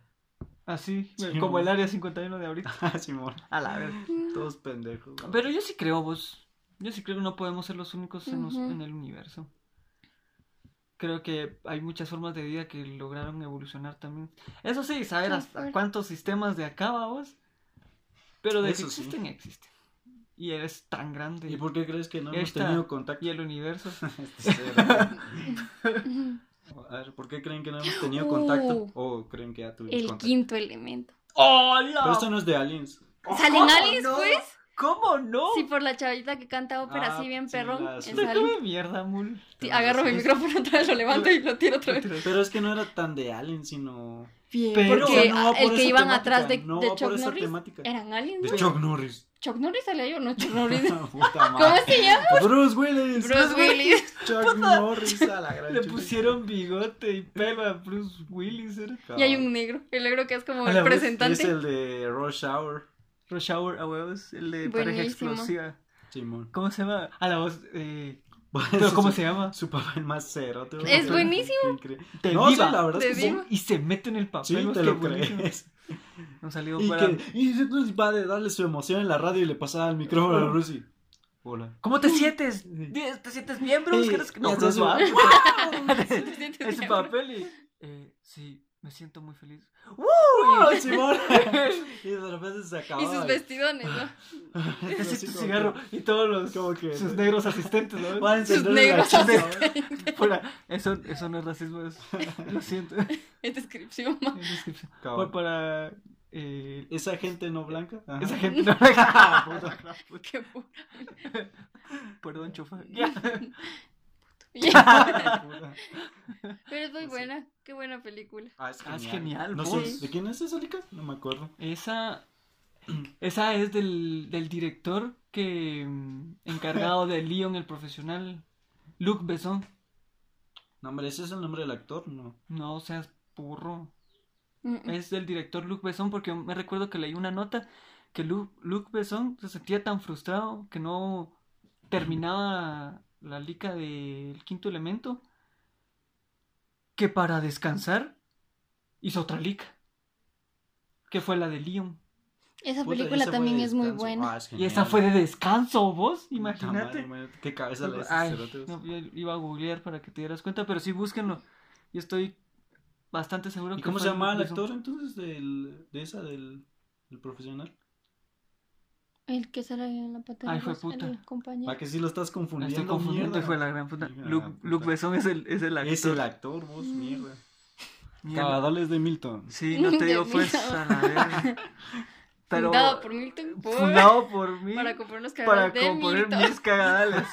Así. Sí, como güey. el área 51 de ahorita. Ah, Simón. A la ver. Todos pendejos. güey. Pero yo sí creo, vos. Yo sí creo que no podemos ser los únicos en, los- Ujú. en el universo. Creo que hay muchas formas de vida que lograron evolucionar también. Eso sí, saber Qué hasta fuerte. cuántos sistemas de acá vos. Pero de Eso que sí. existen, existen. Y eres tan grande. ¿Y Y, por qué crees que no hemos Esta- tenido contacto? el universo. Este cerote. A ver, ¿por qué creen que no hemos tenido contacto? Uh. ¿O creen que ya tuvimos El contacto? quinto elemento. ¡Hola! Pero esto no es de aliens. ¿Salen ¿Cómo aliens, Oh, no? pues? ¿Cómo no? Sí, por la chavita que canta ópera Ah, así bien sí, perrón. la- Ah, en sí. Te Salem. come mierda, mul. Sí, agarro mi micrófono otra vez, lo levanto y lo tiro otra vez. Pero es que no era tan de aliens, sino... Bien, Pero- porque no va por el que esa iban temática, atrás de, no de va por Chuck esa Norris temática. eran aliens, De ¿no? Chuck Norris. Chuck Norris salía yo, no Chuck Norris. Puta ¿Cómo madre. se llama? Bruce Willis. Bruce Willis. Chuck Norris a la gran Le chucha. pusieron bigote y pelo a Bruce Willis. ¿eh? Era... Y hay un negro, el negro que es como A el la vez Es representante. el de Rush Hour, Rush Hour a huevos, el de pareja Buenísimo. explosiva. Simón. ¿Cómo se llama? A la voz. Eh... ¿Pero cómo se llama? Su papel más cero. te voy a Es decir. buenísimo. Qué increíble. Te No, sí, diva. la verdad Te es que sí. diva. Y se mete en el papel. Sí, vos, te qué lo buenísimo. crees. Nos salió Y para. que y entonces va de darle su emoción en la radio y le pasaba el micrófono a Bruce y, Hola. ¿Cómo te sientes? Di- ¿Te sientes bien, Bruce? Sí, ¿Crees que no, y Bruce entonces- va? Es Es su papel y. Eh, sí, me siento muy feliz. ¡Oh, Simón! y de repente se acababa. Y sus vestidones, ¿no? Necesito Así un como cigarro. Y todos los. Como que- Sus negros asistentes, ¿no? que, "Van a Sus encender la negros chispa". Fuera. Eso, eso no es racismo, es- lo siento. Es descripción. ma. Cabrón. Fue para eh, Pues, Esa gente no blanca. Ajá. Ah, esa gente. No, Qué pu- Perdón, chufa. Pero es muy Sí. buena, qué buena película. Ah, es Ah, es genial, No pues. sé, ¿De quién es esa lica? No me acuerdo. Esa, esa es del, del director que mm, encargado de Leon el profesional, Luc Besson. No, hombre, ese es el nombre del actor, no. No seas burro. Mm, mm. Es del director Luc Besson porque me recuerdo que leí una nota que Lu- Luc Besson se sentía tan frustrado que no terminaba la lica del quinto elemento que para descansar hizo otra lica que fue la de Leon. Esa Puta, película esa fue también de es muy descanso. buena. Ah, es Y esa genial. fue de descanso, vos, Puta madre, imagínate. madre, Qué cabeza le Ay, cerote. no, yo iba a googlear para que te dieras cuenta, pero sí búsquenlo. Yo estoy bastante seguro ¿Y que cómo se fue llamaba el Luc Besson. actor entonces del, de esa del, del profesional? El que sale en la pata de Ay, fue los- el puta. compañero. ¿A que sí lo estás La confundiendo? Estoy confundiendo, mierda? hijo de la gran puta. Hija de la Luke, puta. Luke Besson es el, es el actor. Es el actor, vos, Mm. mierda. Mierda. Cabadales de Milton. Sí, no te digo Dios mío. pues a la verga. Pero Fundado por Milton por- fundado por mí para componer los para cagadas de componer Milton. mis cagadales.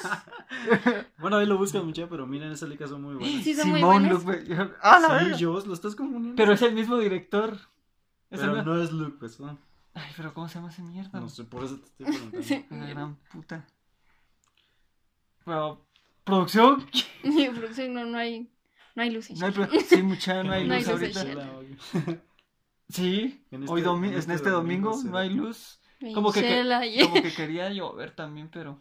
Bueno, ahí lo buscan mucho, pero miren, esas licas son muy buenas. Sí, son muy Simón, buenas. Luke Besson. ¡Ah, la Sí, verga! yo, lo estás confundiendo. Pero es el mismo director. Es el Pero mismo- no es Luke Besson. Ay, pero ¿cómo se llama ese mierda? No sé, por eso te estoy preguntando. Ah. Sí. La gran puta. Pero, ¿producción? Sí, pero sí, no, no hay, no hay luz. No hay pro- Sí, mucha, no hay No hay luz luz ahorita. en Sí, En hoy este- domi- en en este este, domingo, domingo no hay será. luz. Como que- que- Chela y- Como que quería llover también, pero...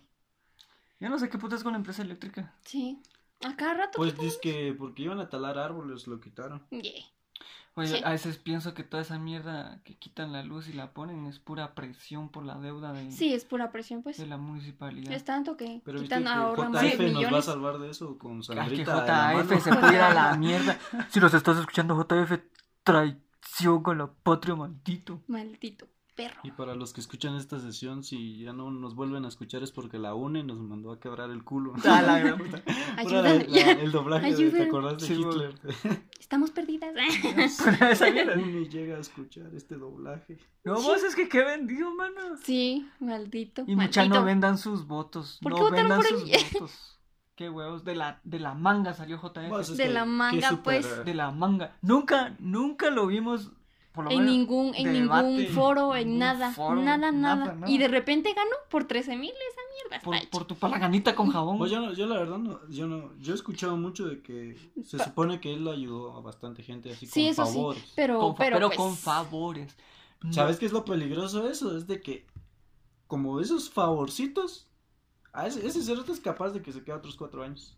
Yo no sé qué putas con la empresa eléctrica. Sí. A cada rato. Pues dice que porque iban a talar árboles lo quitaron. Yeah. Oye, Sí. a veces pienso que toda esa mierda que quitan la luz y la ponen es pura presión por la deuda de, Sí, es pura presión, pues. de la municipalidad. Es tanto que Pero viste quitan que ahorran más JF nos va a millones. salvar de eso con Ay, que Sandrita. de la mano. JF se pudiera a la mierda. Si los estás escuchando, JF, traición con la patria, maldito. Maldito perro. Y para los que escuchan esta sesión, si ya no nos vuelven a escuchar es porque la UNE nos mandó a quebrar el culo. A Ah, la gran Puta, Ayuda, la- ya. el doblaje de ¿Te Ayuda. acordás de Sí, Hitler? Estamos perdidas. Esa La mierda. UNE llega a escuchar este doblaje. No, vos es que qué vendido, mano. sí, maldito. Y mucha maldito. no vendan sus votos. ¿Por no qué votaron vendan por sus él? votos. Qué huevos. De la, de la manga salió JF. Vos, es De que- la que manga, este, súper, eh, pues. De la manga. Nunca, nunca lo vimos. Por lo En menos. ningún, en debate, ningún foro, en ningún nada, foro, nada, nada, nada, nada. Y de repente ganó por 13 mil esa mierda. está Por, hecha. por tu palaganita con jabón. Pues yo, no- yo la verdad no, yo no, yo he escuchado mucho de que se supone que él ayudó a bastante gente así Sí, con eso sí, favores. Pero, con fa- pero, pero pues, con favores. No. ¿Sabes qué es lo peligroso de eso? Es de que, como esos favorcitos, a ese, ese cerote es capaz de que se quede otros cuatro años.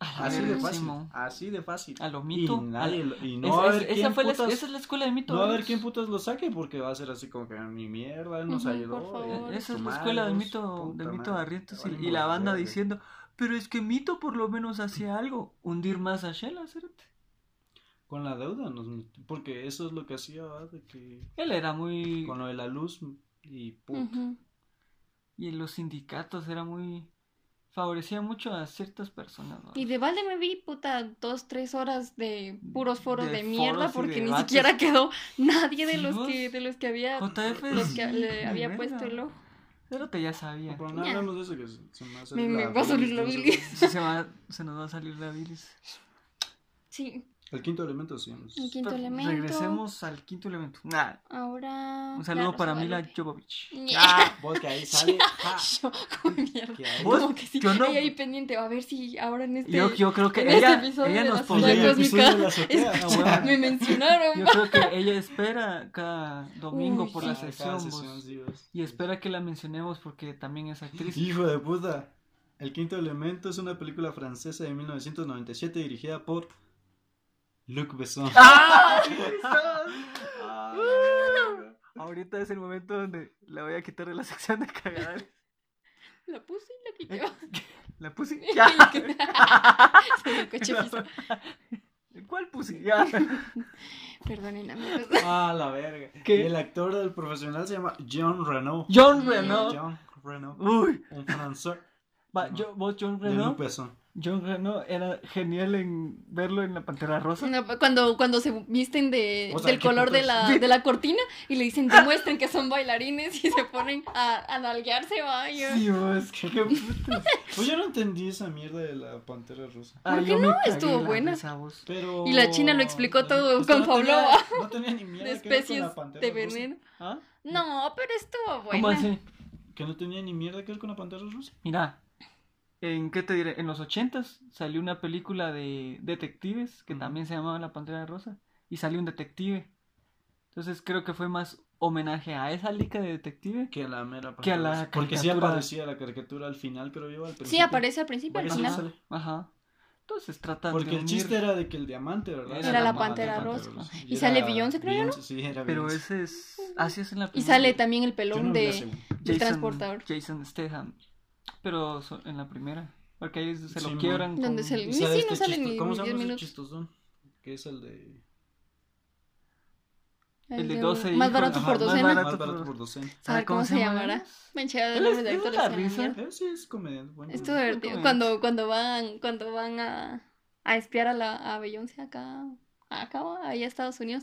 A la Así verga, de fácil. Simón. Así de fácil. A lo Y Ah, mito. nadie a la- lo- y no va a Es- es- haber esa, quién fue la, putas- esa es la escuela de mito. no va a haber ¿verdad? quién putas lo saque porque va a ser así como que "Ah, mi mierda, él nos Ujú, ayudó. por favor. eh, Esa es tu la madre, escuela del vos, mito, puta del mito de madre, Barrientos y, ahora y la nos banda verga. diciendo, pero es que Mito por lo menos hace algo, hundir más a Shela, cerote". Con la deuda, nos metió- porque eso es lo que hacía, ¿va? De que Él era muy... con lo de la luz y puta. ujú. Y en los sindicatos era muy... Favorecía mucho a ciertas personas. ¿no? Y de balde me vi, puta, dos, tres horas de puros foros De de, foros mierda y porque ni debates. siquiera quedó nadie de Sí, los vos. que, de los que había, JF los que sí, le ni había verga. puesto el ojo. Cerote ya sabía. Pero no Ya. hablamos de eso que se, se me hace Me- la me va a salir la bilis de bilis. nosotros. Sí, se, va- se nos va a salir la bilis. Sí, El quinto elemento, sí. Pues, nos- el quinto Pero elemento. Regresemos al quinto elemento. Nah, Ahora. Un saludo Claro, para Guadalupe. Mila Jovovich. Ñe. Ah, Vos que ahí sale. ja, Yo, como mierda. que ahí- Vos, Como que sí, yo no- ahí, ahí pendiente, a ver si ahora en este. yo, yo creo que en este ella, episodio ella de nos las Oye, podría... el Blancos, episodio de Mica. la azotea, ah, Escucha, huevo. me mencionaron. Yo creo que ella espera cada domingo Uy, por Ah, la cada sesión. sesión, vos. sí, vos. Y espera que la mencionemos porque también es actriz. Hijo de puta. El quinto elemento es una película francesa de 1997 dirigida por Luc Besson. ¡Ah! Ah, la verga. Ahorita es el momento donde la voy a quitar de la sección de cagadales. La puse y la quité. ¿La puse? Ya. Se me coche piso. ¿Cuál puse? Ya. Perdonen, amigos. Ah, la verga. ¿Qué? Y el actor del profesional se llama John Renault. John Renault. John Renault. Uy. Un francés Va, yo- vos, John de Luc Renault. Besson. John Renault era genial en verlo en la Pantera Rosa. No, pues, cuando, cuando se visten de, O sea, del ¿qué color de putas? la, de la cortina y le dicen demuestren que son bailarines y se ponen a, a nalguearse, vaya. Sí, vos, qué putas. Pues yo no entendí esa mierda de la pantera rosa. Ah, qué yo me cagué Estuvo en la buena. risa, vos. Pero. Y la china lo explicó Pues, todo pues, con no tenía- Pavlova. No tenía ni mierda De que ver con especies la pantera de rusa. veneno. ¿Ah? No, pero estuvo ¿Cómo bueno. así? Que no tenía ni mierda que ver con la pantera rusa. Mira, ¿en qué te diré? En los ochentas salió una película de detectives que Ujú. también se llamaba La Pantera Rosa y salió un detective. Entonces creo que fue más homenaje a esa lica de detective. Que la mera Que a la pantera rusa. Porque sí caricatura. aparecía la caricatura al final, creo yo. Al Sí, principio. aparece al principio, al Varias Ajá, final. sale. ajá. Entonces trata de Porque el unir- chiste era de que el diamante, ¿verdad? Era la ma- Pantera Rosa. Y sale Beyoncé, creo yo, Beyoncé, Sí, era Pero ese Beyoncé. es... Así es en la Y primera. sale también el Yo pelón no vi la de, segunda. Jason- del transportador. Jason Statham. Pero so- en la primera. Porque ahí se lo Sí, quiebran Donde con- se le- ¿Y Ni sabe si no sale este chisto- ni- ¿Cómo ni se llama diez ese minutos. chistosón? Que es el de... El de un- 12 Más hijos, barato ajá, por más docena. barato. Más barato por docena. ¿Sabe ¿Sabe cómo se llama? llamará? Me enchera de Él nombres es- de él es actores. la que la risa. mierda. Eh, sí, es comediante. bueno. Estuvo divertido. comediante. Cuando, cuando van, cuando van a, a espiar a la a Beyoncé acá acá, allá a Estados Unidos.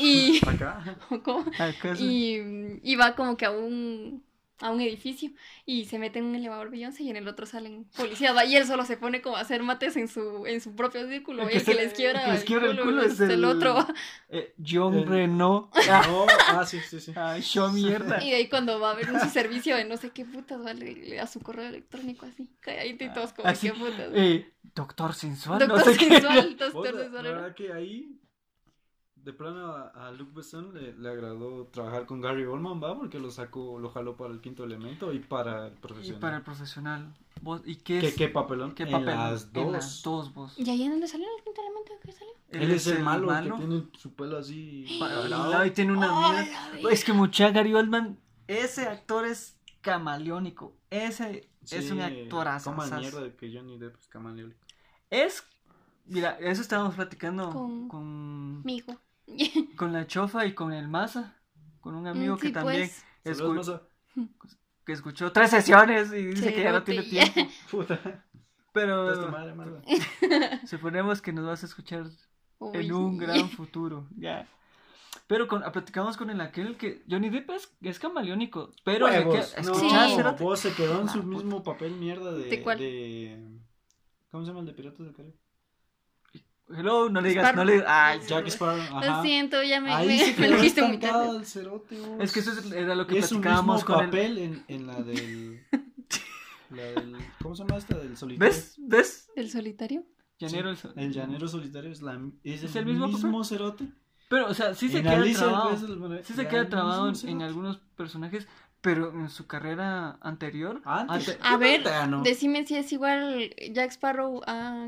Y, Acá. ¿cómo? Acá se- y, y va como que a un, a un edificio y se mete en un elevador Beyoncé y en el otro salen policías. va, Y él solo se pone como a hacer mates en su, en su propio círculo. El y que El que, se- les quiebra, el que les quiebra el culo es el- otro. va. Eh, John Eh. Reno. no, ah, sí, sí, sí. Ay, yo mierda. Y de ahí cuando va a haber un servicio de no sé qué putas, va, le, le da su correo electrónico así. Calladito y todos como Ah, Así, qué putas. Eh, doctor sensual, Doctor no sé qué. sensual, Vos, doctor Pues, la- sensual. la era. verdad que ahí, de plano a, a Luc Besson le, le agradó trabajar con Gary Oldman, ¿va? Porque lo sacó, lo jaló para el quinto elemento y para el Y profesional. para el profesional. vos- ¿Y qué ¿Qué, es? qué papelón? ¿Qué En papel? las En dos. las dos, vos. ¿Y ahí en dónde salió el quinto elemento? ¿Qué salió? Él es el malo, el que tiene su pelo así. Para al jalado. lado y tiene una Pues, ¡Ah, mierda. la Es que mucha Gary Oldman, ese actor es camaleónico. Ese es Sí, un actorazo. Coma sas. mierda de que Johnny Depp es camaleónico. Es. Mira, eso estábamos platicando Con- con, Mi hijo. con la chofa y con el masa. Con un amigo Mm, que sí, también pues. Saludos, escu- Maza. que escuchó tres sesiones y dice Sí, que ya no tiene botella. tiempo. Puta. Estás tu Pero madre, Maza. suponemos que nos vas a escuchar Uy, en un gran futuro. Ya. Pero con, platicamos con el aquel que Johnny Depp es, es camaleónico. Pero el Huevos, aquel- no, escuchá, Sí. espérate. vos se quedó en Ah, su puta. mismo papel mierda de, ¿De cuál? de- ¿Cómo se llama el de Piratas del Caribe? Hello, no le digas, Sparrow. no le digas. Ay, Jack Sparrow, ajá. Lo siento, ya me, Ahí me, se me quedó dijiste un estancado el cerote, vos. es que eso es- era lo que Es su platicábamos mismo con él. papel en, en la del... la del... ¿Cómo se llama esta? Del solitario. ¿Ves? ¿Ves? ¿El solitario? Llanero Sí, el- el llanero solitario es, la, es, ¿Es el, el mismo mismo, papel? cerote. Pero, o sea, sí se En queda Alicia, trabado. pues, el- Sí se era queda el trabado en, mismo en cerote. algunos personajes, pero en su carrera anterior. Antes. ante- A ver, Ah, no. decime si es igual eh, Jack Sparrow a,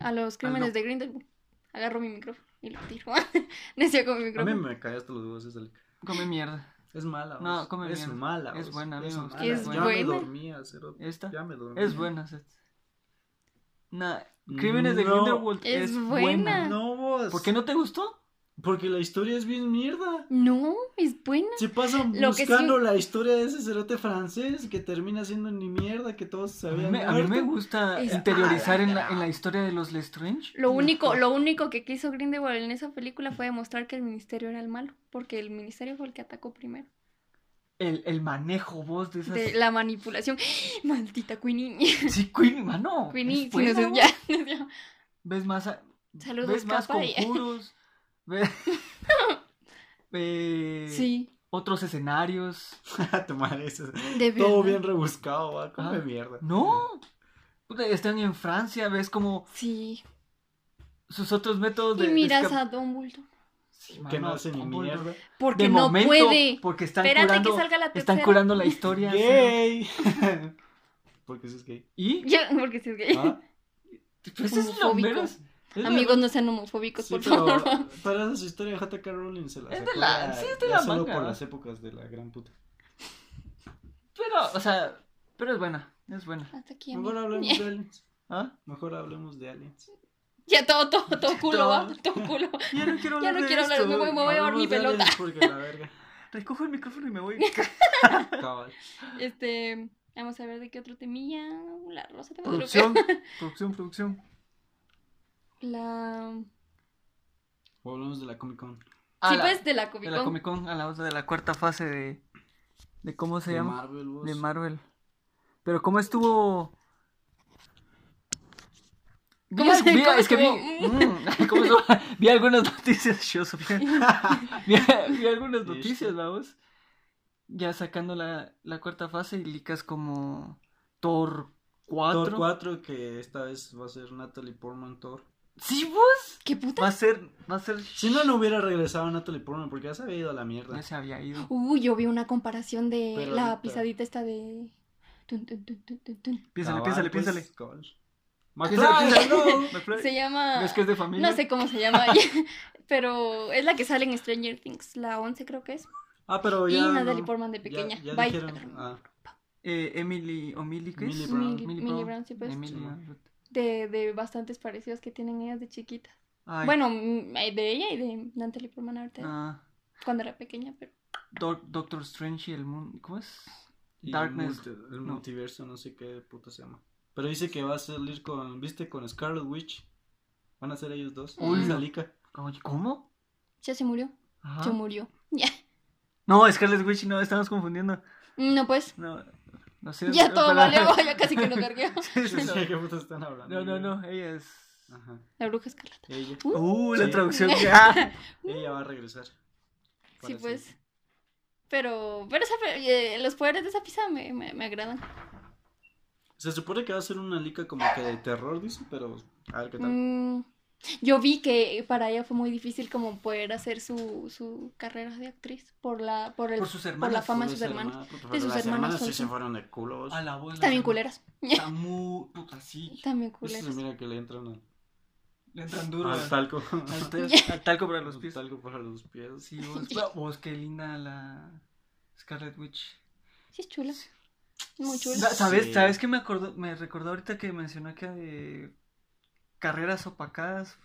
a los crímenes no. de Grindelwald. Agarro mi micrófono y lo tiro. Necio con mi A mí micrófono. me callaste los huevos esa lica. Come mierda. Es mala. No, vos. come Es mierda. mala. Es vos. buena, es amigos. mala. Es ya me buena. dormía, cerote. Esta Ya me dormía. es buena. Seth. Nah, Crímenes de No, Grindelwald es es, buena. No, vos. ¿Por qué no te gustó? Porque la historia es bien mierda. No, es buena. Se pasan Lo que buscando la historia de ese cerote francés que termina siendo ni mierda que todos A sabían. mí, me- a mí me gusta Ah, Es interiorizar en la, mala. en la historia de los Lestrange. Lo único, lo único que quiso Grindelwald en esa película fue demostrar que el ministerio era el malo, porque el ministerio fue el que atacó primero. El, el manejo voz de esas. De la manipulación. Maldita Queenie. Sí, Queenie, mano. Queenie, es si nos buena, ya. nos ya- Ves más, a- Saludos, ves más capa, y- conjuros. Ves, eh, Sí, Otros escenarios. gusta. tu madre, eso es- de verdad. Todo bien rebuscado, va. Come Ah. mierda. No. Puta, Están en Francia, ves como Sí. sus otros métodos de. Y de miras escap- a Dumbledore. Sí, Que mano, no hace ni Dumbledore. mierda. Porque De no momento, puede. Porque están Espérate curando, que salga la tercera. están curando la historia. sí. Gay. Porque eso es gay. Y Ya, porque si es gay. Ah, pues es lo Homofóbico. menos. es lo- Amigos, no sean homofóbicos, Sí, por pero favor. para esa historia de J.K. Rowling se la Es de sacó la- ya- sí, es de ya la solo manga. por las épocas de la gran puta. Pero, o sea, pero es buena. Es buena. Hasta aquí, Mejor amigo. hablemos de aliens. ¿Ah? Mejor hablemos de aliens. Ya todo, todo, todo culo, va. Todo culo. Ya no quiero Ya hablar no de quiero hablar, esto. me voy, me voy a ver mi Hablemos de pelota. aliens Porque la verga. Recojo el micrófono y me voy. Cabal. Este, vamos a ver de qué otro temía. La rosa te producción, producción, producción. La. O hablemos de la Comic Con. A sí, la- pues de la Comic de la Con. Comic Con a la otra de la cuarta fase de, de cómo se de llama Marvel, vos. Pues, de Marvel. Pero cómo estuvo. Vi ¿Cómo al- se- vi- cómo es que vi, estuvo? Mm, ¿cómo estuvo? vi algunas noticias, yo Sofía. vi, vi algunas Sí, noticias, sí. vamos. Ya sacando la, la cuarta fase y licas como Thor 4. Thor 4, que esta vez va a ser Natalie Portman Thor. Sí, vos. ¿Qué puta? Va a ser, va a ser. Si no, no hubiera regresado Natalie Portman porque ya se había ido a la Ya mierda. se había ido. Uy, yo vi una comparación de Pero la ahorita- pisadita esta de. Tun, tun, tun, tun, tun, tun. Piénsale, Cabal, piénsale, pues, piénsale. cabal. Piénsale, McFly, piénsale. no. McFly. Ah, Se llama. ¿Ves que es de familia? No sé cómo se llama. pero es la que sale en Stranger Things, la 11 creo que es. Ah, pero Y ya. Natalie no. Portman de Ya- pequeña. Ya, Bye. dijeron. ah, Eh, Emily O'Milly, ¿qué es? Millie Brown. Millie, Millie Millie Brown. Brown, sí, pues. Emily. De, de bastantes parecidos que tienen ellas de chiquita. Ay, Bueno, mm, eh, de ella y de Natalie Portman ahorita, ah, cuando era pequeña, pero... Doc- Doctor Strange y el mundo. ¿Cómo es? Y Darkness. multi- el multiverso, no sé qué puta se llama. Pero dice que va a salir con, viste, con Scarlet Witch. Van a ser ellos dos. Uy. Salica. Oye, ¿Cómo? Ya se murió. Ajá. Ah. Se murió. No, Scarlet Witch, no, estamos confundiendo. No, pues. No, no sé. Ya todo ojalá. valió, ya casi que no cargué. Sí, sí, ¿De sí. qué putas están No, hablando? no, no, ella es. Ah. Ajá. La bruja escarlata. Ella, Uh, la Sí. traducción que. ah. ella va a regresar. uh. Sí, Para pues. Pero, pero esa- eh, los poderes de esa pizza me, me, me agradan. Se supone que va a ser una lica como que de terror, dice, pero a ver qué tal. Mm, yo vi que para ella fue muy difícil como poder hacer su, su carrera de actriz por la por el Por sus la hermanas. fama de Sus sus hermanos. hermanas, puta, de pero sus las hermanas hermanas sí son- se fueron de culos. A la abuela. También culeras. Está muy puta sí. También Eso culeras. se Pues mira que le entran al- Le entran duro al al, talco. al te- al talco para los pies. Talco para los pies. Sí, vos, pero vos, qué linda la Scarlet Witch. Sí, es chula. Muy chula. Sa- ¿Sabes, Sí. ¿sabes qué me acordó? Me recordó ahorita que mencionó que de carreras opacadas.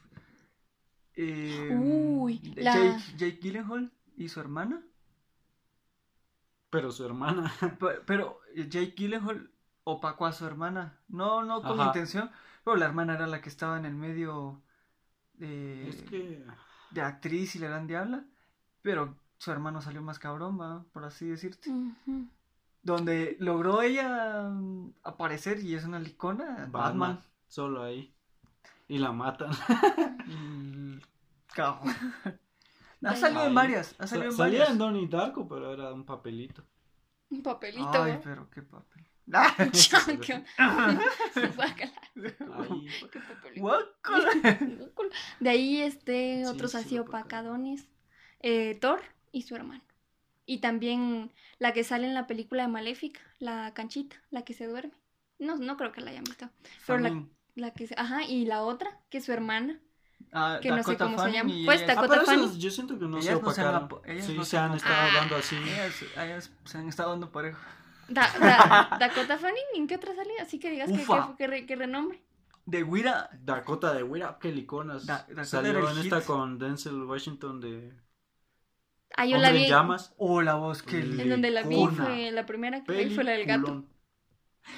eh, Uy, de la- Jake, Jake Gyllenhaal y su hermana. Pero su hermana. Pe- Pero Jake Gyllenhaal opacó a su hermana. No, no con Ajá. intención, pero la hermana era la que estaba en el medio eh, Es que. de actriz y la gran diabla. Pero su hermano salió más cabrón, ¿va? por así decirte. Ujú. Donde logró ella mm, aparecer y es una licona, Ah, Batman. Batman. Solo ahí. Y la matan. Mm, Cago. Ha Ay. salido en Ay. varias. Ha salido en Salía varias. en Donnie Darko, pero era un papelito. Un papelito. Ay, ¿no? pero qué papel. Ah, Chanca. Guácala, Ahí. qué papelito. guácala. Ridículo. De ahí este Sí, otros sí, así lo opaca. opacadones. Eh, Thor y su hermano. Y también la que sale en la película de Maléfica, la canchita, la que se duerme. No, no creo que la hayan visto. Pero la- Fanning. La que se- ajá, y la otra, que es su hermana. Ah, que no sé Dakota cómo se Fanning llama. y Pues, ella es- Ah, Dakota pero esas Fanning. Ah. yo siento que no se Ellas no se han opacaron. apo- ellas sí, no se se han estado dando así. ellas- ellas se han estado dando parejo. Da- da- Dakota Fanning, ¿en qué otra salida? Así que digas que, Ufa. que, que re- que renombre. De Wira. Dakota de Wira, qué liconas. Da- Dakota Salió era en el esta hit. con Denzel Washington de Ah, yo la Hombre vi. en Llamas. Oh, la voz que. El- En donde la vi Icona. fue la primera que vi fue la del gato. Peliculón.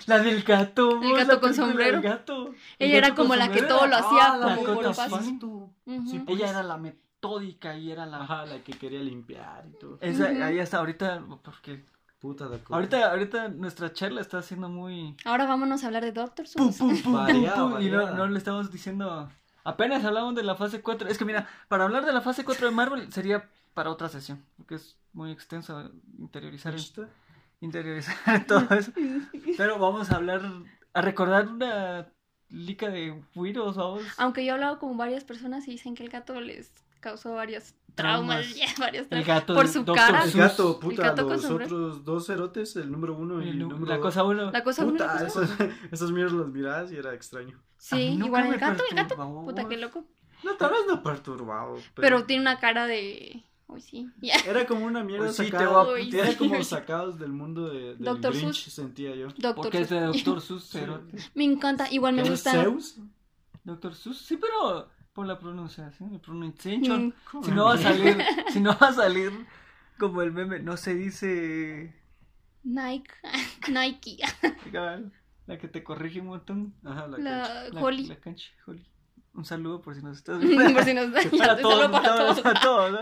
La del gato. El vos, gato la con película sombrero. del gato. Ella era como la que todo lo hacía Ah, la como por Dakota pasos. Fanning. Ujú. Sí, Ella era la metódica y era la. Ajá, la que quería limpiar y todo. Esa, Ujú. Ahí hasta ahorita. Porque. Puta Dakota. Ahorita, ahorita nuestra charla está siendo muy. Ahora vámonos a hablar de Doctor pum, Seuss. pum, pum, pum, Variada, pum, Y no, variada. no le estamos diciendo. Apenas hablamos de la fase 4. Es que mira, para hablar de la fase 4 de Marvel sería para otra sesión. Porque es muy extenso interiorizar, ¿Viste? interiorizar todo eso. Pero vamos a hablar. A recordar una lica de Wiros, vamos. Aunque yo he hablado con varias personas y dicen que el gato les causó varios traumas, Traumas. ya, varios El traumas. gato por de su Dr. cara. El Seuss. gato, puta, Ah, gato con los sombrero. otros dos cerotes, el número uno y el, El- número la dos. cosa uno. La cosa una Puta, cosa- esas, esas mierdas las mirabas y era extraño. A mí Sí, nunca igual me el gato, el gato. perturbó, Puta, qué vos. loco. No, tal vez no perturbado, Pero, tiene una cara de. Uy, sí. Ya. Era como una mierda Uy, sí, te sacada. voy a putear. era como sacados del mundo de, del Dr. Grinch, Seuss. sentía yo. Doctor Porque es de Seuss. Doctor Sus, pero. Me encanta. Igual me ¿Era gusta. Zeus? Doctor Sus, sí, pero por la pronunciación, el pronunciation. Mm, Si no va a salir, si no va a salir como el meme, no se dice Nike. Nike. cabal, la que te corrige un montón. Ajá, la cancha. La La, Holly. la cancha, Holly. Un saludo por si nos estás viendo. Por si nos da. para un todos, saludo para todos, para todos, ¿no?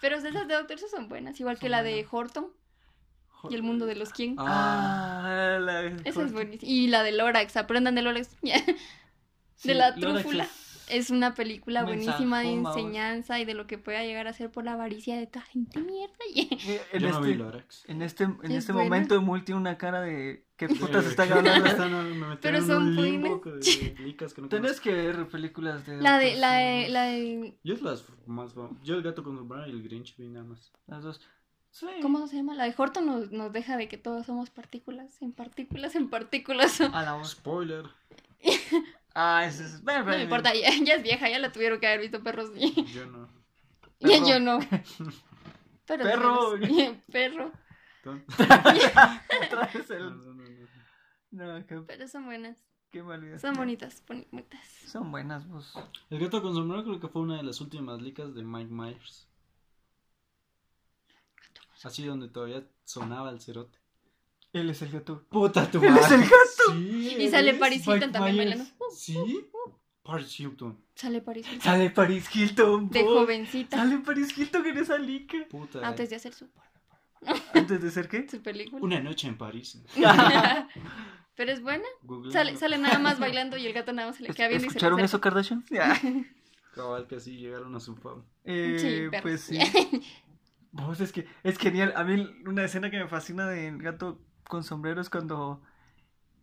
Pero esas de Doctor Seuss son buenas. Igual que Son la de buenas. Horton y el mundo de los King. Ah, Ah, la Esa es buenísima. Y la de Lorax. Aprendan de Lorax. Ya. Sí, de la Lorax trúfula. es- Es una película buenísima de Mensajoma, vos. enseñanza y de lo que pueda llegar a ser por la avaricia de esta gente mierda. Y- Eh, En yo este, no vi Lorax. en este, en Es este buena. momento, Emul tiene una cara de. ¿Qué putas Eh, están creo que hablando? están- me metieron Pero en son un limbo buenas. de- de licas que no Tenés que ver películas de. La de, Doctor la de, Seuss. la de, conozco. Yo las más fam- Yo el gato con sombrero y el Grinch vi nada más. Las dos. Sí. ¿cómo se llama? La de Horton nos, nos deja de que todos somos partículas, en partículas, en partículas. No A la voz. Spoiler. Ah, ese es. No me importa, ya, ya es vieja, ya la tuvieron que haber visto perros. Y, Yo no. y Perro. yo no. Pero es Perro. menos- perro. Ton- No, no, no, no. No, qué, Pero son buenas, qué mal idea. son bonitas, bonitas. Son buenas, vos. El gato con sombrero creo que fue una de las últimas licas de Mike Myers. Así donde todavía sonaba el cerote. Él es el gato. Puta tu Él es el Sí, Y sale eres Paris Hilton Mike también Myers. bailando. Uh, Sí. Paris Hilton. Sale Paris Hilton. Sale Paris Hilton. De vos. jovencita. Sale Paris Hilton en esa lica. Puta. Antes de hacer su, Antes de ser qué? su película. Una noche en París. Pero es buena. Google. Sale, sale nada más bailando y el gato nada más se le queda bien y se le ¿Escucharon acerca. eso, Kardashian? Cabal que así llegaron a su fama. Eh, Sí, perro. pues sí. Vos, es que es genial. A mí una escena que me fascina del gato con sombrero es cuando.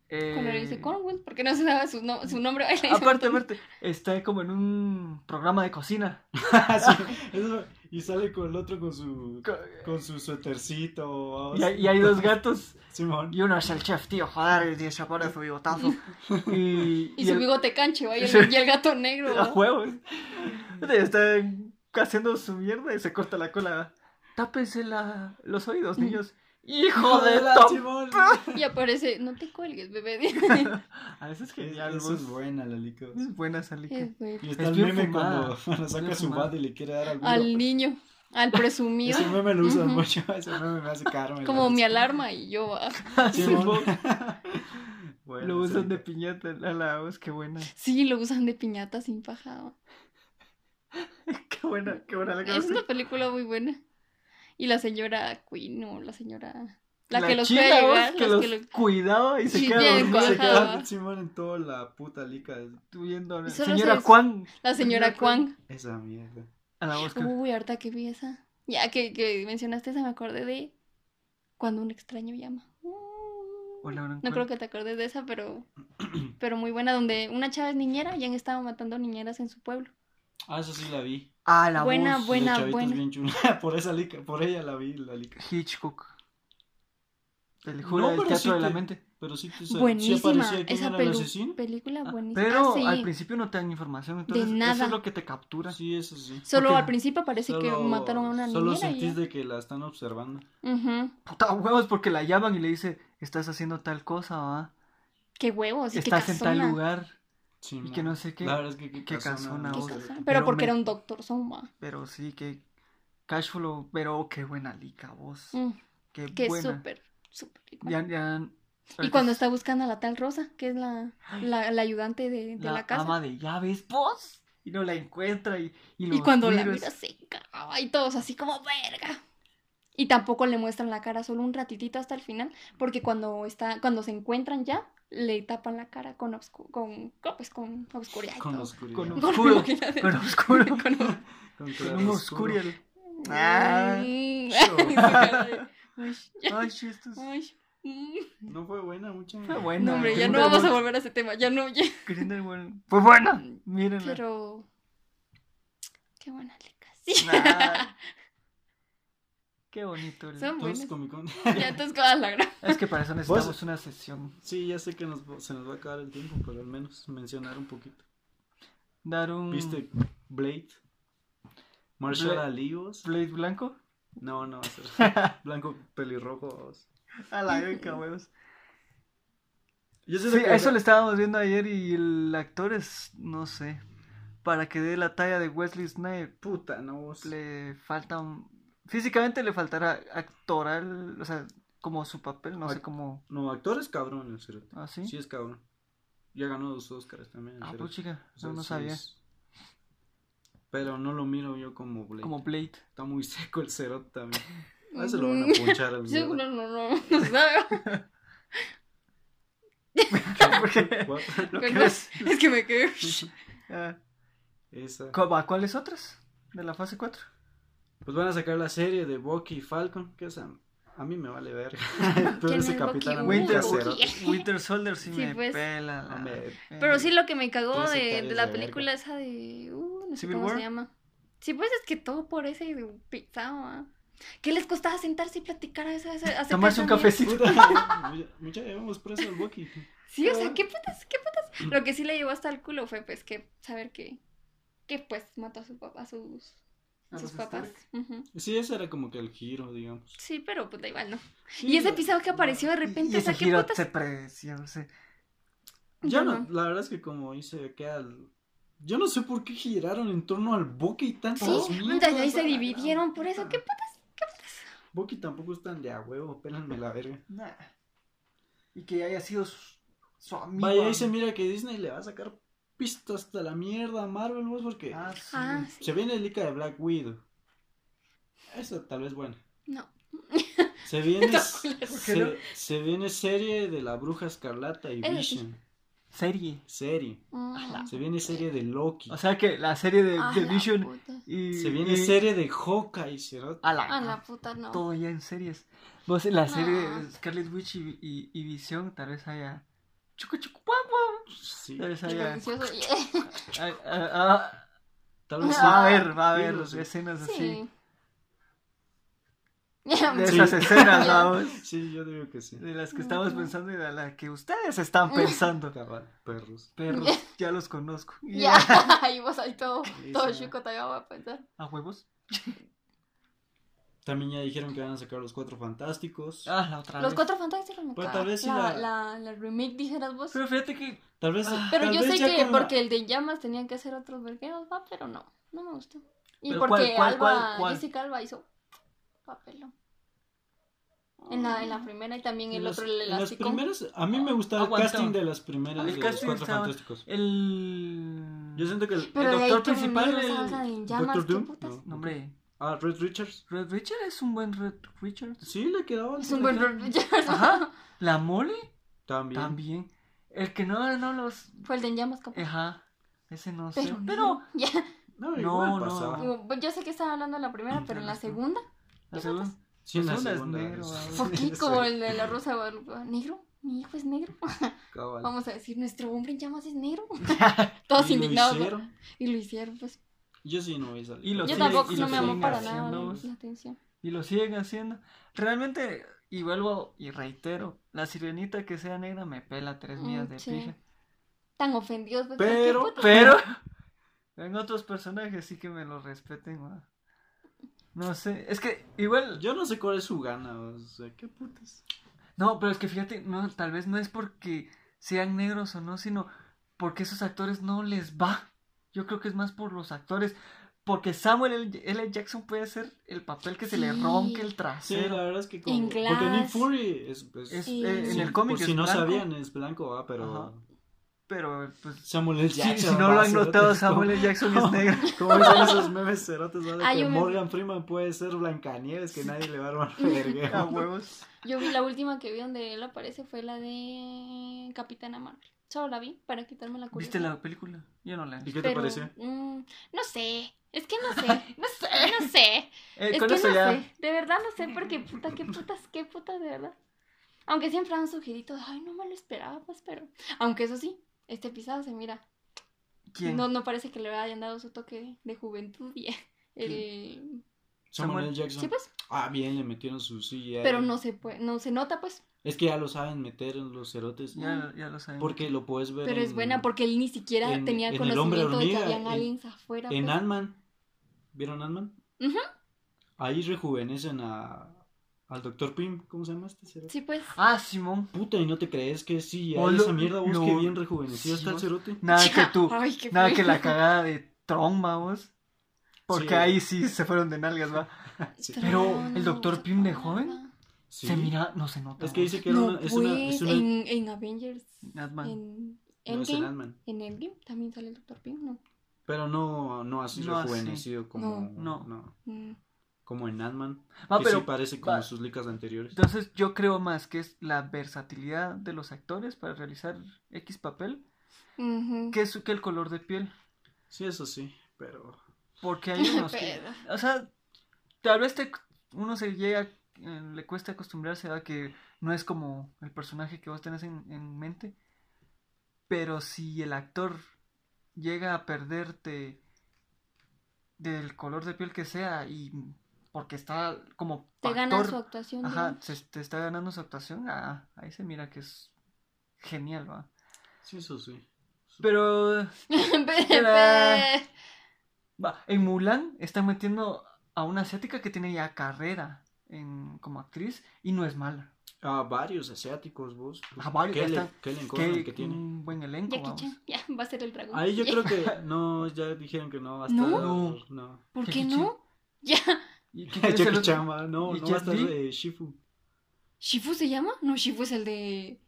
eh, Cuando le dice Cornwall, porque no se daba su, no- su nombre. Ahí le dice Aparte, Cornwall. aparte, está como en un programa de cocina. Ah, Sí, eso- y sale con el otro con su Co- con su suétercito. vamos. Y hay, y hay dos gatos. Simón. Y uno es el chef, tío, joder, y se pone su bigotazo. Y, Y, y su el- bigote canche, va, y Sí. Ah, el, y el gato negro. A va. huevos. Este, Está haciendo su mierda y se corta la cola. Tápense la- los oídos, Mm. niños. ¡Hijo de Hola, top! Simón. Y aparece, no te cuelgues, bebé. A veces Ah, es genial, Eso es vos. buena la lica. Es buena esa lica. Es bueno. Y está Es el bien meme fumada, cuando, cuando saca bien su fumada. bat y le quiere dar al Al burro. niño, al presumido. Ese meme lo usan Ujú. mucho, ese meme me hace caro. Como mi alarma y yo. ah, va. Simón. Bueno, Ah, Lo usan de Erika. piñata a la voz, qué buena. Sí, lo usan de piñata sin paja. va. Qué buena, qué buena la Es canción. una película muy buena. Y la señora Queen o la señora... La, que los chila, fue a vos, llevar, que las los que lo- cuidaba y se Sí, queda dormida, bien, cuajada. Se se queda queda el Simón en toda la puta lica. viendo a la- Y solo Señora se- Juan. La señora Kwang. Esa mierda. A la voz. Uy, harta que vi esa. Ya que, que mencionaste esa, me acordé de cuando un extraño llama. Hola, Branco. No creo que te acordes de esa, pero, pero muy buena, donde una chava es niñera y han estado matando niñeras en su pueblo. Ah, eso sí la vi. A Ah, la Buena, voz. buena, La chavita es buena. bien chula. Por esa lica, por ella la vi, la lica. Hitchcock. El jura No, del pero teatro sí de la te- mente. Pero sí, te- sí buenísima. aparecía quién esa era el pelu- asesino. película buenísima. Pero Ah, sí. al principio no te dan información, entonces eso nada. es lo que te captura. Sí, eso sí. Solo porque al principio parece que Solo- mataron a una Solo niñera. y ya. sentís de que la están observando. Ujú. Puta huevos, porque la llaman y le dice, estás haciendo tal cosa, ¿va? Qué huevos, y qué estás en tal casona. lugar Sí, y ma. que no sé qué. La verdad es que qué, qué casona, Qué vos. ¿no? casona. Pero, Pero porque me- era un doctor Soma. Pero sí, que cash flow, pero qué buena lica vos. Mm, Qué, que es buena. súper, súper. Ya, ya. Y cuando pues. está buscando a la tal Rosa, que es la, la, la ayudante de, de la, la, casa. ama de llaves, vos. Y no la encuentra y, y, los Y cuando la virus. mira se cagaba y todos así como verga. Y tampoco le muestran la cara, solo un ratitito hasta el final, porque cuando está, cuando se encuentran ya, le tapan la cara con obscu- con, con, pues con oscuridad. y Con todo. oscuridad. Con Con- oscuro. imagínate. con oscuro. Con os- Con Con claro un oscuro. oscurial. Ah, Mm. show. Su cara de, "Uy, Ay, sí, esto es- uy, mm". No fue buena, mucha. Fue buena. No, hombre, ya no Grindelwald- vamos a volver a ese tema, ya no, ya. Grindelwald. Pues Fue buena. Mírenla. Pero. Qué buena leca. Sí. Ah, qué bonito. el- Son Entonces, buenas. Comic Con. Ya entonces con la gran. Es que para eso necesitamos una sesión. Sí, ya sé que nos, va- se nos va a acabar el tiempo, pero al menos mencionar un poquito. Dar un ¿Viste Blade? Marshall Bla- Ali, vos? Mm. blade blanco. No, no, va a ser blanco pelirrojo. vos. A la verga, huevos. Yo Sí, siento que- eso le estábamos viendo ayer y el actor es, no sé, para que dé la talla de Wesley Snipes Puta, no, vos. le falta un... Físicamente le faltará actoral, o sea, como su papel, no sé, Ac- como No, actor es cabrón, el cerote. así. Sí es cabrón. Ya ganó dos Oscars también. el ah, cerote. pues chica, O sea, no, no sí sabía. es- Pero no lo miro yo como Blade. Como Blade. Está muy seco el cerote también. A veces Ah, lo van a ponchar al Mm, Yo, mierda. no, no, no, no sabe. Porque- What? lo Pero que no, es. Es que me quedé. Ah, Esa. ¿cómo? ¿A cuáles otras? De la fase 4. Pues van a sacar la serie de Bucky y Falcon, que esa a mí me vale ver. Tú ¿Quién eres el es capitán Bucky? América, Winter- cerote. Winter Soldier sí, Sí, me pues. pela. la Hombre, verga. Pero sí lo que me cagó Tres de, hectáreas de la de película esa de. Uh, no sé Civil cómo War. se llama. Sí, pues es que todo por ese pisado. ah. ¿Qué les costaba sentarse y platicar a esa, a esa- acerca de Tomarse un esa mierda? cafecito. Puta, mucha- Mucha llevamos preso al Bucky. Sí, o sea, qué putas, qué putas. Lo que sí le llevó hasta el culo fue, pues, que saber que. Que pues mató a, su papá, a sus, A a los sus papás. Stark. Ujú. Sí, ese era como que el giro, digamos. Sí, pero pues da igual, ¿no? Sí, Y ese la- pisado que apareció de repente, Y o sea, ese qué giro putas. se predecía, no sé. Yo no, Ajá. la verdad es que como dice, queda. el- Yo no sé por qué giraron en torno al Bucky y tantas Sí, mierdas, ahí a se la dividieron, gran por eso, puta. qué putas. Bucky tampoco es tan de a huevo, pélanme la verga. Nah. Y que haya sido su, su amigo. Vaya, ahí se mira que Disney le va a sacar pisto hasta la mierda Marvel, vos, porque Ah, sí. Ah, sí. se viene el Ica de Black Widow. Esa tal vez buena. No. Se viene, No, se, no? se viene serie de la Bruja Escarlata y Eso sí. Vision. Serie. Serie. Mm. Se viene serie de Loki. Ah, O sea que la serie de, A de Ah, la Vision puta. y. Se viene y- serie de Hawkeye, ¿cierto? A la. A la puta, no. Todo ya en series. Vos, la serie No. de Scarlet Witch y, y, y Visión, tal vez haya. Chucu, chucu, guau, guau. Sí. Tal vez Qué haya. delicioso. Ah, ah, ah, Tal vez Ah. va a haber, va a haber Sí, sí. escenas así. Sí. Ya, De Sí. esas escenas, vamos. Sí, yo digo que sí. De las que estamos Ujú. pensando y de las que ustedes están pensando. Cabal, perros. Perros, ya los conozco. ya, y vos ahí todo, todo sí. chico todavía va a pensar. ¿A huevos? También ya dijeron que van a sacar los cuatro fantásticos. Ah, la otra Los vez. cuatro fantásticos me Pero cagan. tal vez si la, la- la, la remake dijeras vos. Pero fíjate que Tal vez. Ah. Pero tal yo vez sé ya que con la- porque el de llamas tenían que hacer otros vergueros, va, pero no, no me gustó. Y Pero porque ¿cuál, cuál, Alba, cuál, cuál? Jessica Alba hizo papelón. En la, en la primera y también el en las- otro, el en las elástico. primeras, a mí me gustaba Aguanta. el casting de las primeras El de los casting cuatro estaba- fantásticos. el. Yo siento que el, Pero el de ahí doctor que principal, venir el esa cosa de en llamas, Doctor ¿qué Doom, putas? no. No, hombre. Ah, Red Richards. Red Richard es un buen Red Richards. Sí, le quedaba. Es un buen Richard. Ajá. La mole También. también. El que no no los. eh, Fue el de en llamas, Eh, capaz. Ajá. Ese no sé. Pero, Pero no, ya. No, No, igual no. pasaba. Como, pues, Yo sé que estaba hablando en la primera, pero en la Ajá. segunda, la ¿Qué segunda- Sí, en la Pues una es segunda. negro, es- ¿verdad? Foquí, Sí. como el de la rosa de Guadalupe. ¿Negro? ¿Mi hijo es negro? Cabal. Vamos a decir, ¿nuestro hombre en llamas es negro? Y Todos lo indignados. ¿no? hicieron. Y lo hicieron, pues. Yo sí no vi salir. Y lo Yo siguen- tampoco, y no lo me amó siguen para nada haciendo, la pues. la atención. Y lo siguen haciendo. Realmente, y vuelvo y reitero, la sirenita que sea negra me pela tres Mm, millas de sí. pija. Tan ofendidos, pues. Pero- ¿qué puta? Pero en otros personajes sí que me lo respeten. ¿va? No sé, es que igual... Yo no sé cuál es su gana, o sea, qué putas. No, pero es que fíjate, no, tal vez no es porque sean negros o no, sino porque esos actores no les va. Yo creo que es más por los actores. Porque Samuel L. L. Jackson puede hacer el papel que se le Sí. ronque el Sí, trasero. la verdad es que como... En Porque Nick Glass. Fury es... es- Es, Sí. eh, en sí, el cómic Por es si no blanco, sabían, es blanco, ah, pero... Ajá. pero pues Samuel L. si- Jackson. si no lo va, han cerotes, notado, ¿cómo- Samuel L. Jackson es cómo- negro. ¿Cómo son esos memes cerotes, ¿vale? Hay que un meme. Morgan Freeman puede ser Blancanieves, que nadie le va a armar vergueo. A huevos. Yo vi la última que vi donde él aparece fue la de Capitana Marvel. Solo la vi para quitarme la curiosidad. ¿Viste la película? Yo no la ¿Y vi. qué te Pero, pareció? mm, no sé. Es que no sé. No sé. No sé. Eh, Es con que eso no ya. sé, de verdad no sé, porque puta, qué putas, qué putas, de verdad. Aunque siempre han sugerido, ay, no me lo esperaba, pues, pero. Aunque eso sí, este pisado se mira. ¿Quién? No, no parece que le hayan dado su toque de, de juventud y el. Samuel Samuel- L. Jackson. Sí, pues, Ah, bien, le metieron su CGI. pero no se puede, no se nota, pues. Es que ya lo saben meter en los cerotes. Ya, ya lo sabemos. Porque lo puedes ver Pero es en- buena porque él ni siquiera en- tenía en el hombre conocimiento de que hormiga, habían en- aliens afuera. En pues. Ant-Man. ¿Vieron Ant-Man? Ujú. Ahí rejuvenecen a, al Dr. Pym. ¿Cómo se llama este? cerote? Sí, pues. Ah, Simón. Puta, y no te crees que sí. Oh, Hay lo- esa mierda, vos, lo- que bien rejuvenecido sí, está el vos. cerote. Nada que tú. Ay, qué Nada que feo. la cagada de Tron, vamos. Porque Sí. ahí sí se fueron de nalgas, va. Sí. Pero el no, Dr. no, Pym de no, joven, nada. Sí. Se mira, no se nota. Es que vos. dice que era No, una, es pues, una. Es una en, en Avengers. Ant-Man. En no es en Endgame. Ant-Man. En Endgame también sale el Dr. Pym, ¿no? Pero no, no así No así. rejuvenecido como. No. Mm. Como en Ant-Man. Va, que pero, sí parece como va. sus licas anteriores. Entonces yo creo más que es la versatilidad de los actores para realizar X papel Ujú. que, su- que el color de piel. Sí, eso sí. Pero. Porque hay unos que... Pero- O sea, tal vez te- uno se llega, eh, le cuesta acostumbrarse a que no es como el personaje que vos tenés en, en mente. Pero si el actor llega a perderte del color de piel que sea y porque está como Te gana factor- su actuación. Ajá, digamos. se te está ganando su actuación. Ah, ahí se mira que es genial, va. Sí, eso sí. Pero Pe- Era- pe- va, en Mulan están metiendo a una asiática que tiene ya carrera en, como actriz y no es mala. A varios asiáticos, vos. A varios, ya Kellen- está. Kellen Que, Conner que tiene. un buen elenco, Jackie vamos. Chan, ya, va a ser el dragón. Ahí yo Ya. creo que no, ya dijeron que no va a estar. ¿No? no. ¿Por qué Jackie no? Ya. ¿Y quién es el Jackie otro? Chan va, no, ¿Y no va a estar Jet Li? eh, Shifu. ¿Shifu se llama? No, Shifu es el de.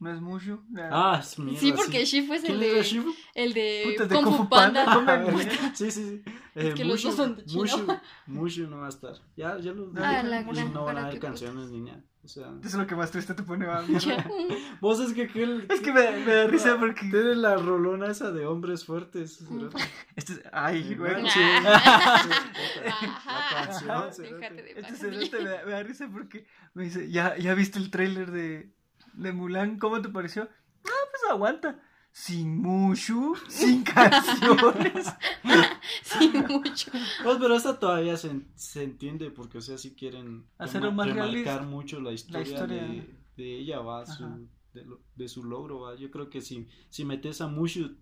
No es Mushu. la- Ah, es mierda, Sí, porque Shifu es ¿Quién el era de, Shifu? el de Putas de Kung Fu Panda. A Panda. ver, sí, sí, sí. Es que los dos son de chino. Mushu, Mushu no va a estar. Ya, ya los Ah, dije, la Mushu gran- no van a ahora haber qué putas. canciones ni nada. O sea, Eso es lo que más triste te pone. va, mierda. Ya, mm, vos es que aquel. Es que me, me da risa porque. Tiene la rolona esa de hombres fuertes. Mm. ¿verdad? Este es- Ay, Eh, güey. manches. La Ajá. canción, Déjate cerote. de Este pasar. cerote me, da- me da risa porque me dice, ¿ya, ya viste el tráiler de, de Mulan? ¿Cómo te pareció? Ah, pues aguanta. Sin Mushu, sin canciones. Sí, mucho. Pues, pero esta todavía se, se entiende porque, o sea, si quieren Hacerlo rema- más realista. remarcar mucho la historia, historia. De, de ella, va, Ajá. su, de, lo- de su logro, va. Yo creo que si, si metes a Mushu,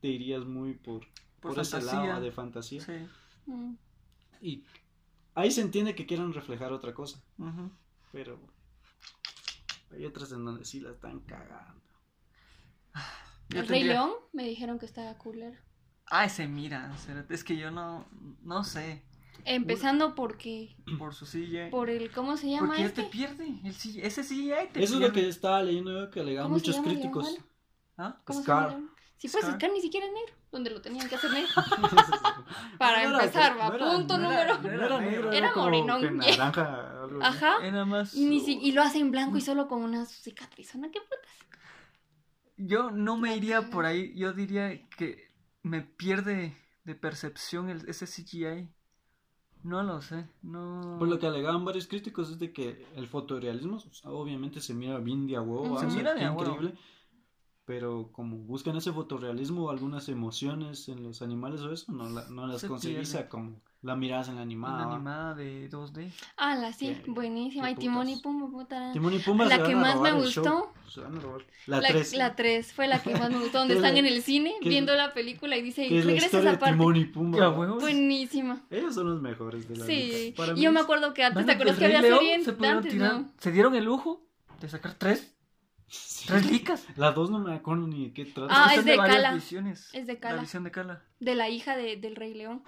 te irías muy por, por, ese lado va, de fantasía. Sí. Mm. Y ahí se entiende que quieran reflejar otra cosa, ujú. pero hay otras en donde sí la están cagando. Yo El Rey tendría- León me dijeron que estaba cooler. Ah, ese mira, cerote, es que yo no, no sé, Empezando porque por su CGI. por el ¿cómo se llama porque ya este? te pierde, el CGI, ese CGI te Eso es pierde. lo que estaba leyendo yo que alegaban ¿Cómo se muchos llama el críticos. malo? ¿Ah? ¿Cómo se Scar. llama? Si pues Scar. Scar ni siquiera es negro, donde lo tenían que hacer negro. Para No era- empezar, va, no era- punto no era- número. No era negro, Era como morenón. que naranja. algo así. Ajá. Era más... Ni si- ¿Ah? y lo hacen blanco y solo con una cicatriz. ¿no? ¿Qué putas? Yo no me iría por ahí, yo diría que me pierde de percepción el, ese CGI. No lo sé, no... Por lo que alegaban varios críticos es de que el fotorealismo o sea, obviamente se mira bien de a huevo, Ujú. ah, Se o sea, mira de qué a huevo. increíble. Pero como buscan ese fotorealismo, algunas emociones en los animales o eso, no, la- no las Se conseguís pierde. a como la miras en la animada. Una ¿va? animada de 2D. Ala, Ah, sí, Qué- buenísima. qué Y Timón y putas. Pumba, puta. Timón y Pumba La se van que a más robar me el show. gustó. Se van a robar. La La 3. 3. fue la que más me gustó, donde Que es están la- en el cine que es- viendo la película y dice, que es la regresa historia esa de parte. Timón y Pumba. Ya, ¿va? huevo. Pues, Buenísima. Ellos son los mejores de la Sí. vida. Para Y mí yo me es- acuerdo que antes, ¿te Mano, acuerdas el que Rey había León serie se en- pudieron antes? tirar- No. Se dieron el lujo de sacar tres, Sí. tres licas. La 2 no me acuerdo ni de qué trata. Ah, Son es de varias Cala. visiones. Es de La Cala. visión de Cala. De la hija de- del Rey León.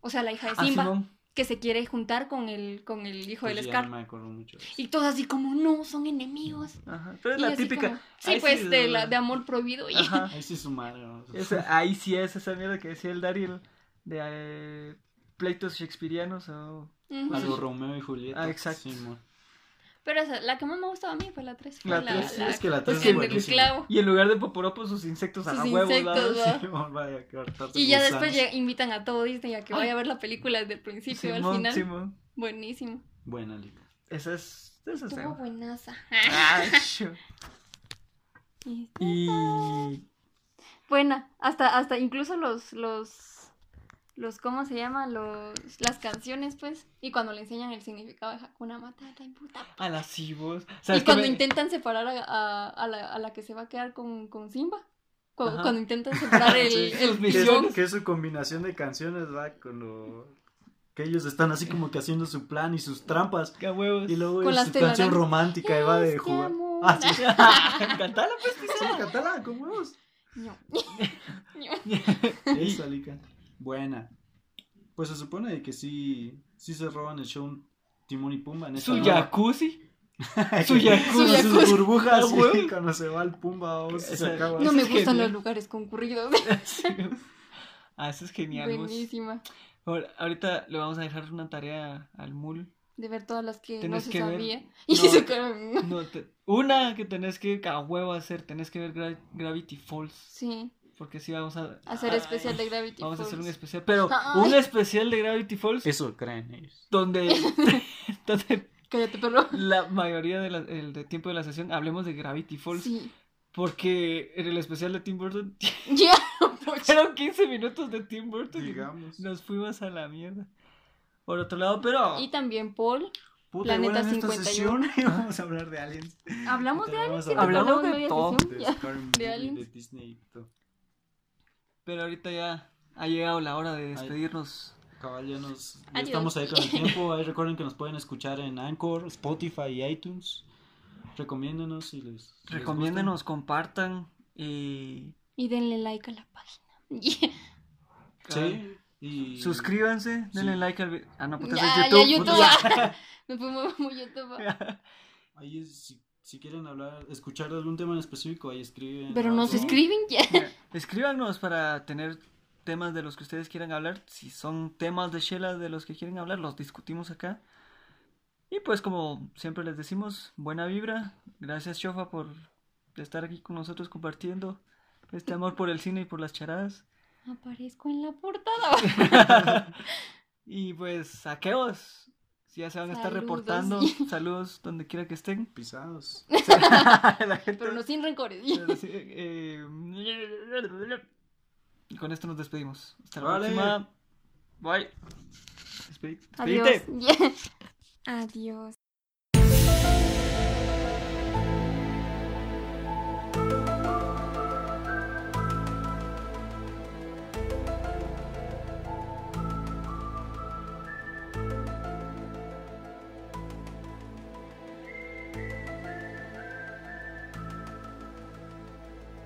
O sea, la hija de Ah, Simba, Simón. que se quiere juntar con el, con el hijo Pues del ya Scar. no me acuerdo mucho. de eso. Y todos así como, no, son enemigos. Ajá. Pero es Y la así típica. como, sí, Ay, sí, pues, de, de- la, de amor prohibido. Y Ajá. Ahí sí sumaron. Esa- ahí sí es esa mierda que decía el Daryl de eh, pleitos shakespearianos o Ujú. A lo Romeo y Julieta. Ah, exacto. Simón. Pero esa, la que más me gustaba a mí fue la 3. La tres, sí, es que la tres es en el buenísima. clavo. Y en lugar de poporopos, sus insectos a Sus la huevo. insectos, ¿verdad? va. Simón, Oh, vaya a cortarse Pues, Y ya gusanos. después llega- invitan a todo Disney a que vaya a ver la película desde el principio al Simón, final. Simón. Buenísimo. Buena liga. Esa es. Esa es. Estuvo buenaza. Ay, shu. y. Buena. Hasta, hasta incluso los, los, los, ¿cómo se llama? Los, las canciones, pues. Y cuando le enseñan el significado de Hakuna Matata y puta. A las cibos. Y cuando intentan separar a, a- a la, a la que se va a quedar con, con Simba. Cu- Ajá. Cuando, intentan separar el, Sí, el sus Que es- millón. Que es su combinación de canciones, va, con lo... Que ellos están así como que haciendo su plan y sus trampas. A huevos. Y luego Con es las su canción telarañas. romántica y va de Este jugar. amor. Ah, sí, Cantala, pues. sí, cantala, con huevos. No. Esa liga. Buena. Pues se supone de que sí, sí se roban el show Timón y Pumba en esta Su nueva- jacuzzi. Su jacuzzi, Su sus jacuzzi. burbujas. Ah, güey. y cuando se va el pumba, o se Esa- acaba. No me Pues es gustan genial. los lugares concurridos. Ah, eso es genial. vos. Buenísima. Ahora- Ahorita le vamos a dejar una tarea al mul. De ver todas las que Tenés no se que ver. sabía. Y No. se quedaron. No, te- Una que tenés que a huevo hacer, tenés que ver Gra- Gravity Falls. Sí, Porque sí vamos a hacer Ay. especial de Gravity Vamos a Falls. Ah, hacer un especial, pero Ay. un especial de Gravity Falls Eso creen ellos. donde, donde Cállate, perro. la mayoría del tiempo de la sesión hablemos de Gravity Falls. Sí. Porque en el especial de Tim Burton Ya, pues. pocha. eran 15 minutos de Tim Burton. y Digamos. nos fuimos a la mierda. Por otro lado, pero. Y también Paul. Puta, igual Planeta en esta 51. sesión vamos a hablar de aliens. Hablamos de Vamos a hablar Hablamos Hablamos de media todo. sesión, de ya. Scar Movie, aliens. de Disney y todo. Pero ahorita ya ha llegado la hora de despedirnos. Cabal, ya nos- ya Adiós. estamos ahí con el tiempo. Ahí recuerden que nos pueden escuchar en Anchor, Spotify y iTunes. Recomiéndenos si les. si les Recomiéndenos, compartan eh, y. Y denle like a la página. Ya. Ah, gustan. Sí. Y... Suscríbanse, denle Sí. like al video. Ah, no, puta, Ya, es YouTube. ya, puta, YouTube. Nos fuimos muy YouTube. Ahí es- si, si si quieren hablar, escuchar de algún tema en específico, ahí escriben. Pero a- nos sí. escriben ya. Mira, Escríbanos para tener temas de los que ustedes quieran hablar. Si son temas de Shela de los que quieren hablar, los discutimos acá. Y pues como siempre les decimos, buena vibra. Gracias Shofa por estar aquí con nosotros compartiendo este amor por el cine y por las charadas. Aparezco en la portada. y pues saqueos. Si ya se van a estar Saludos, reportando. sí. Saludos donde quiera que estén. Pisados. La gente- Pero no sin rencores. Pero sí, eh, y con esto nos despedimos. Hasta la Vale. próxima. Bye. Despedi- Adiós. despedite. Adiós.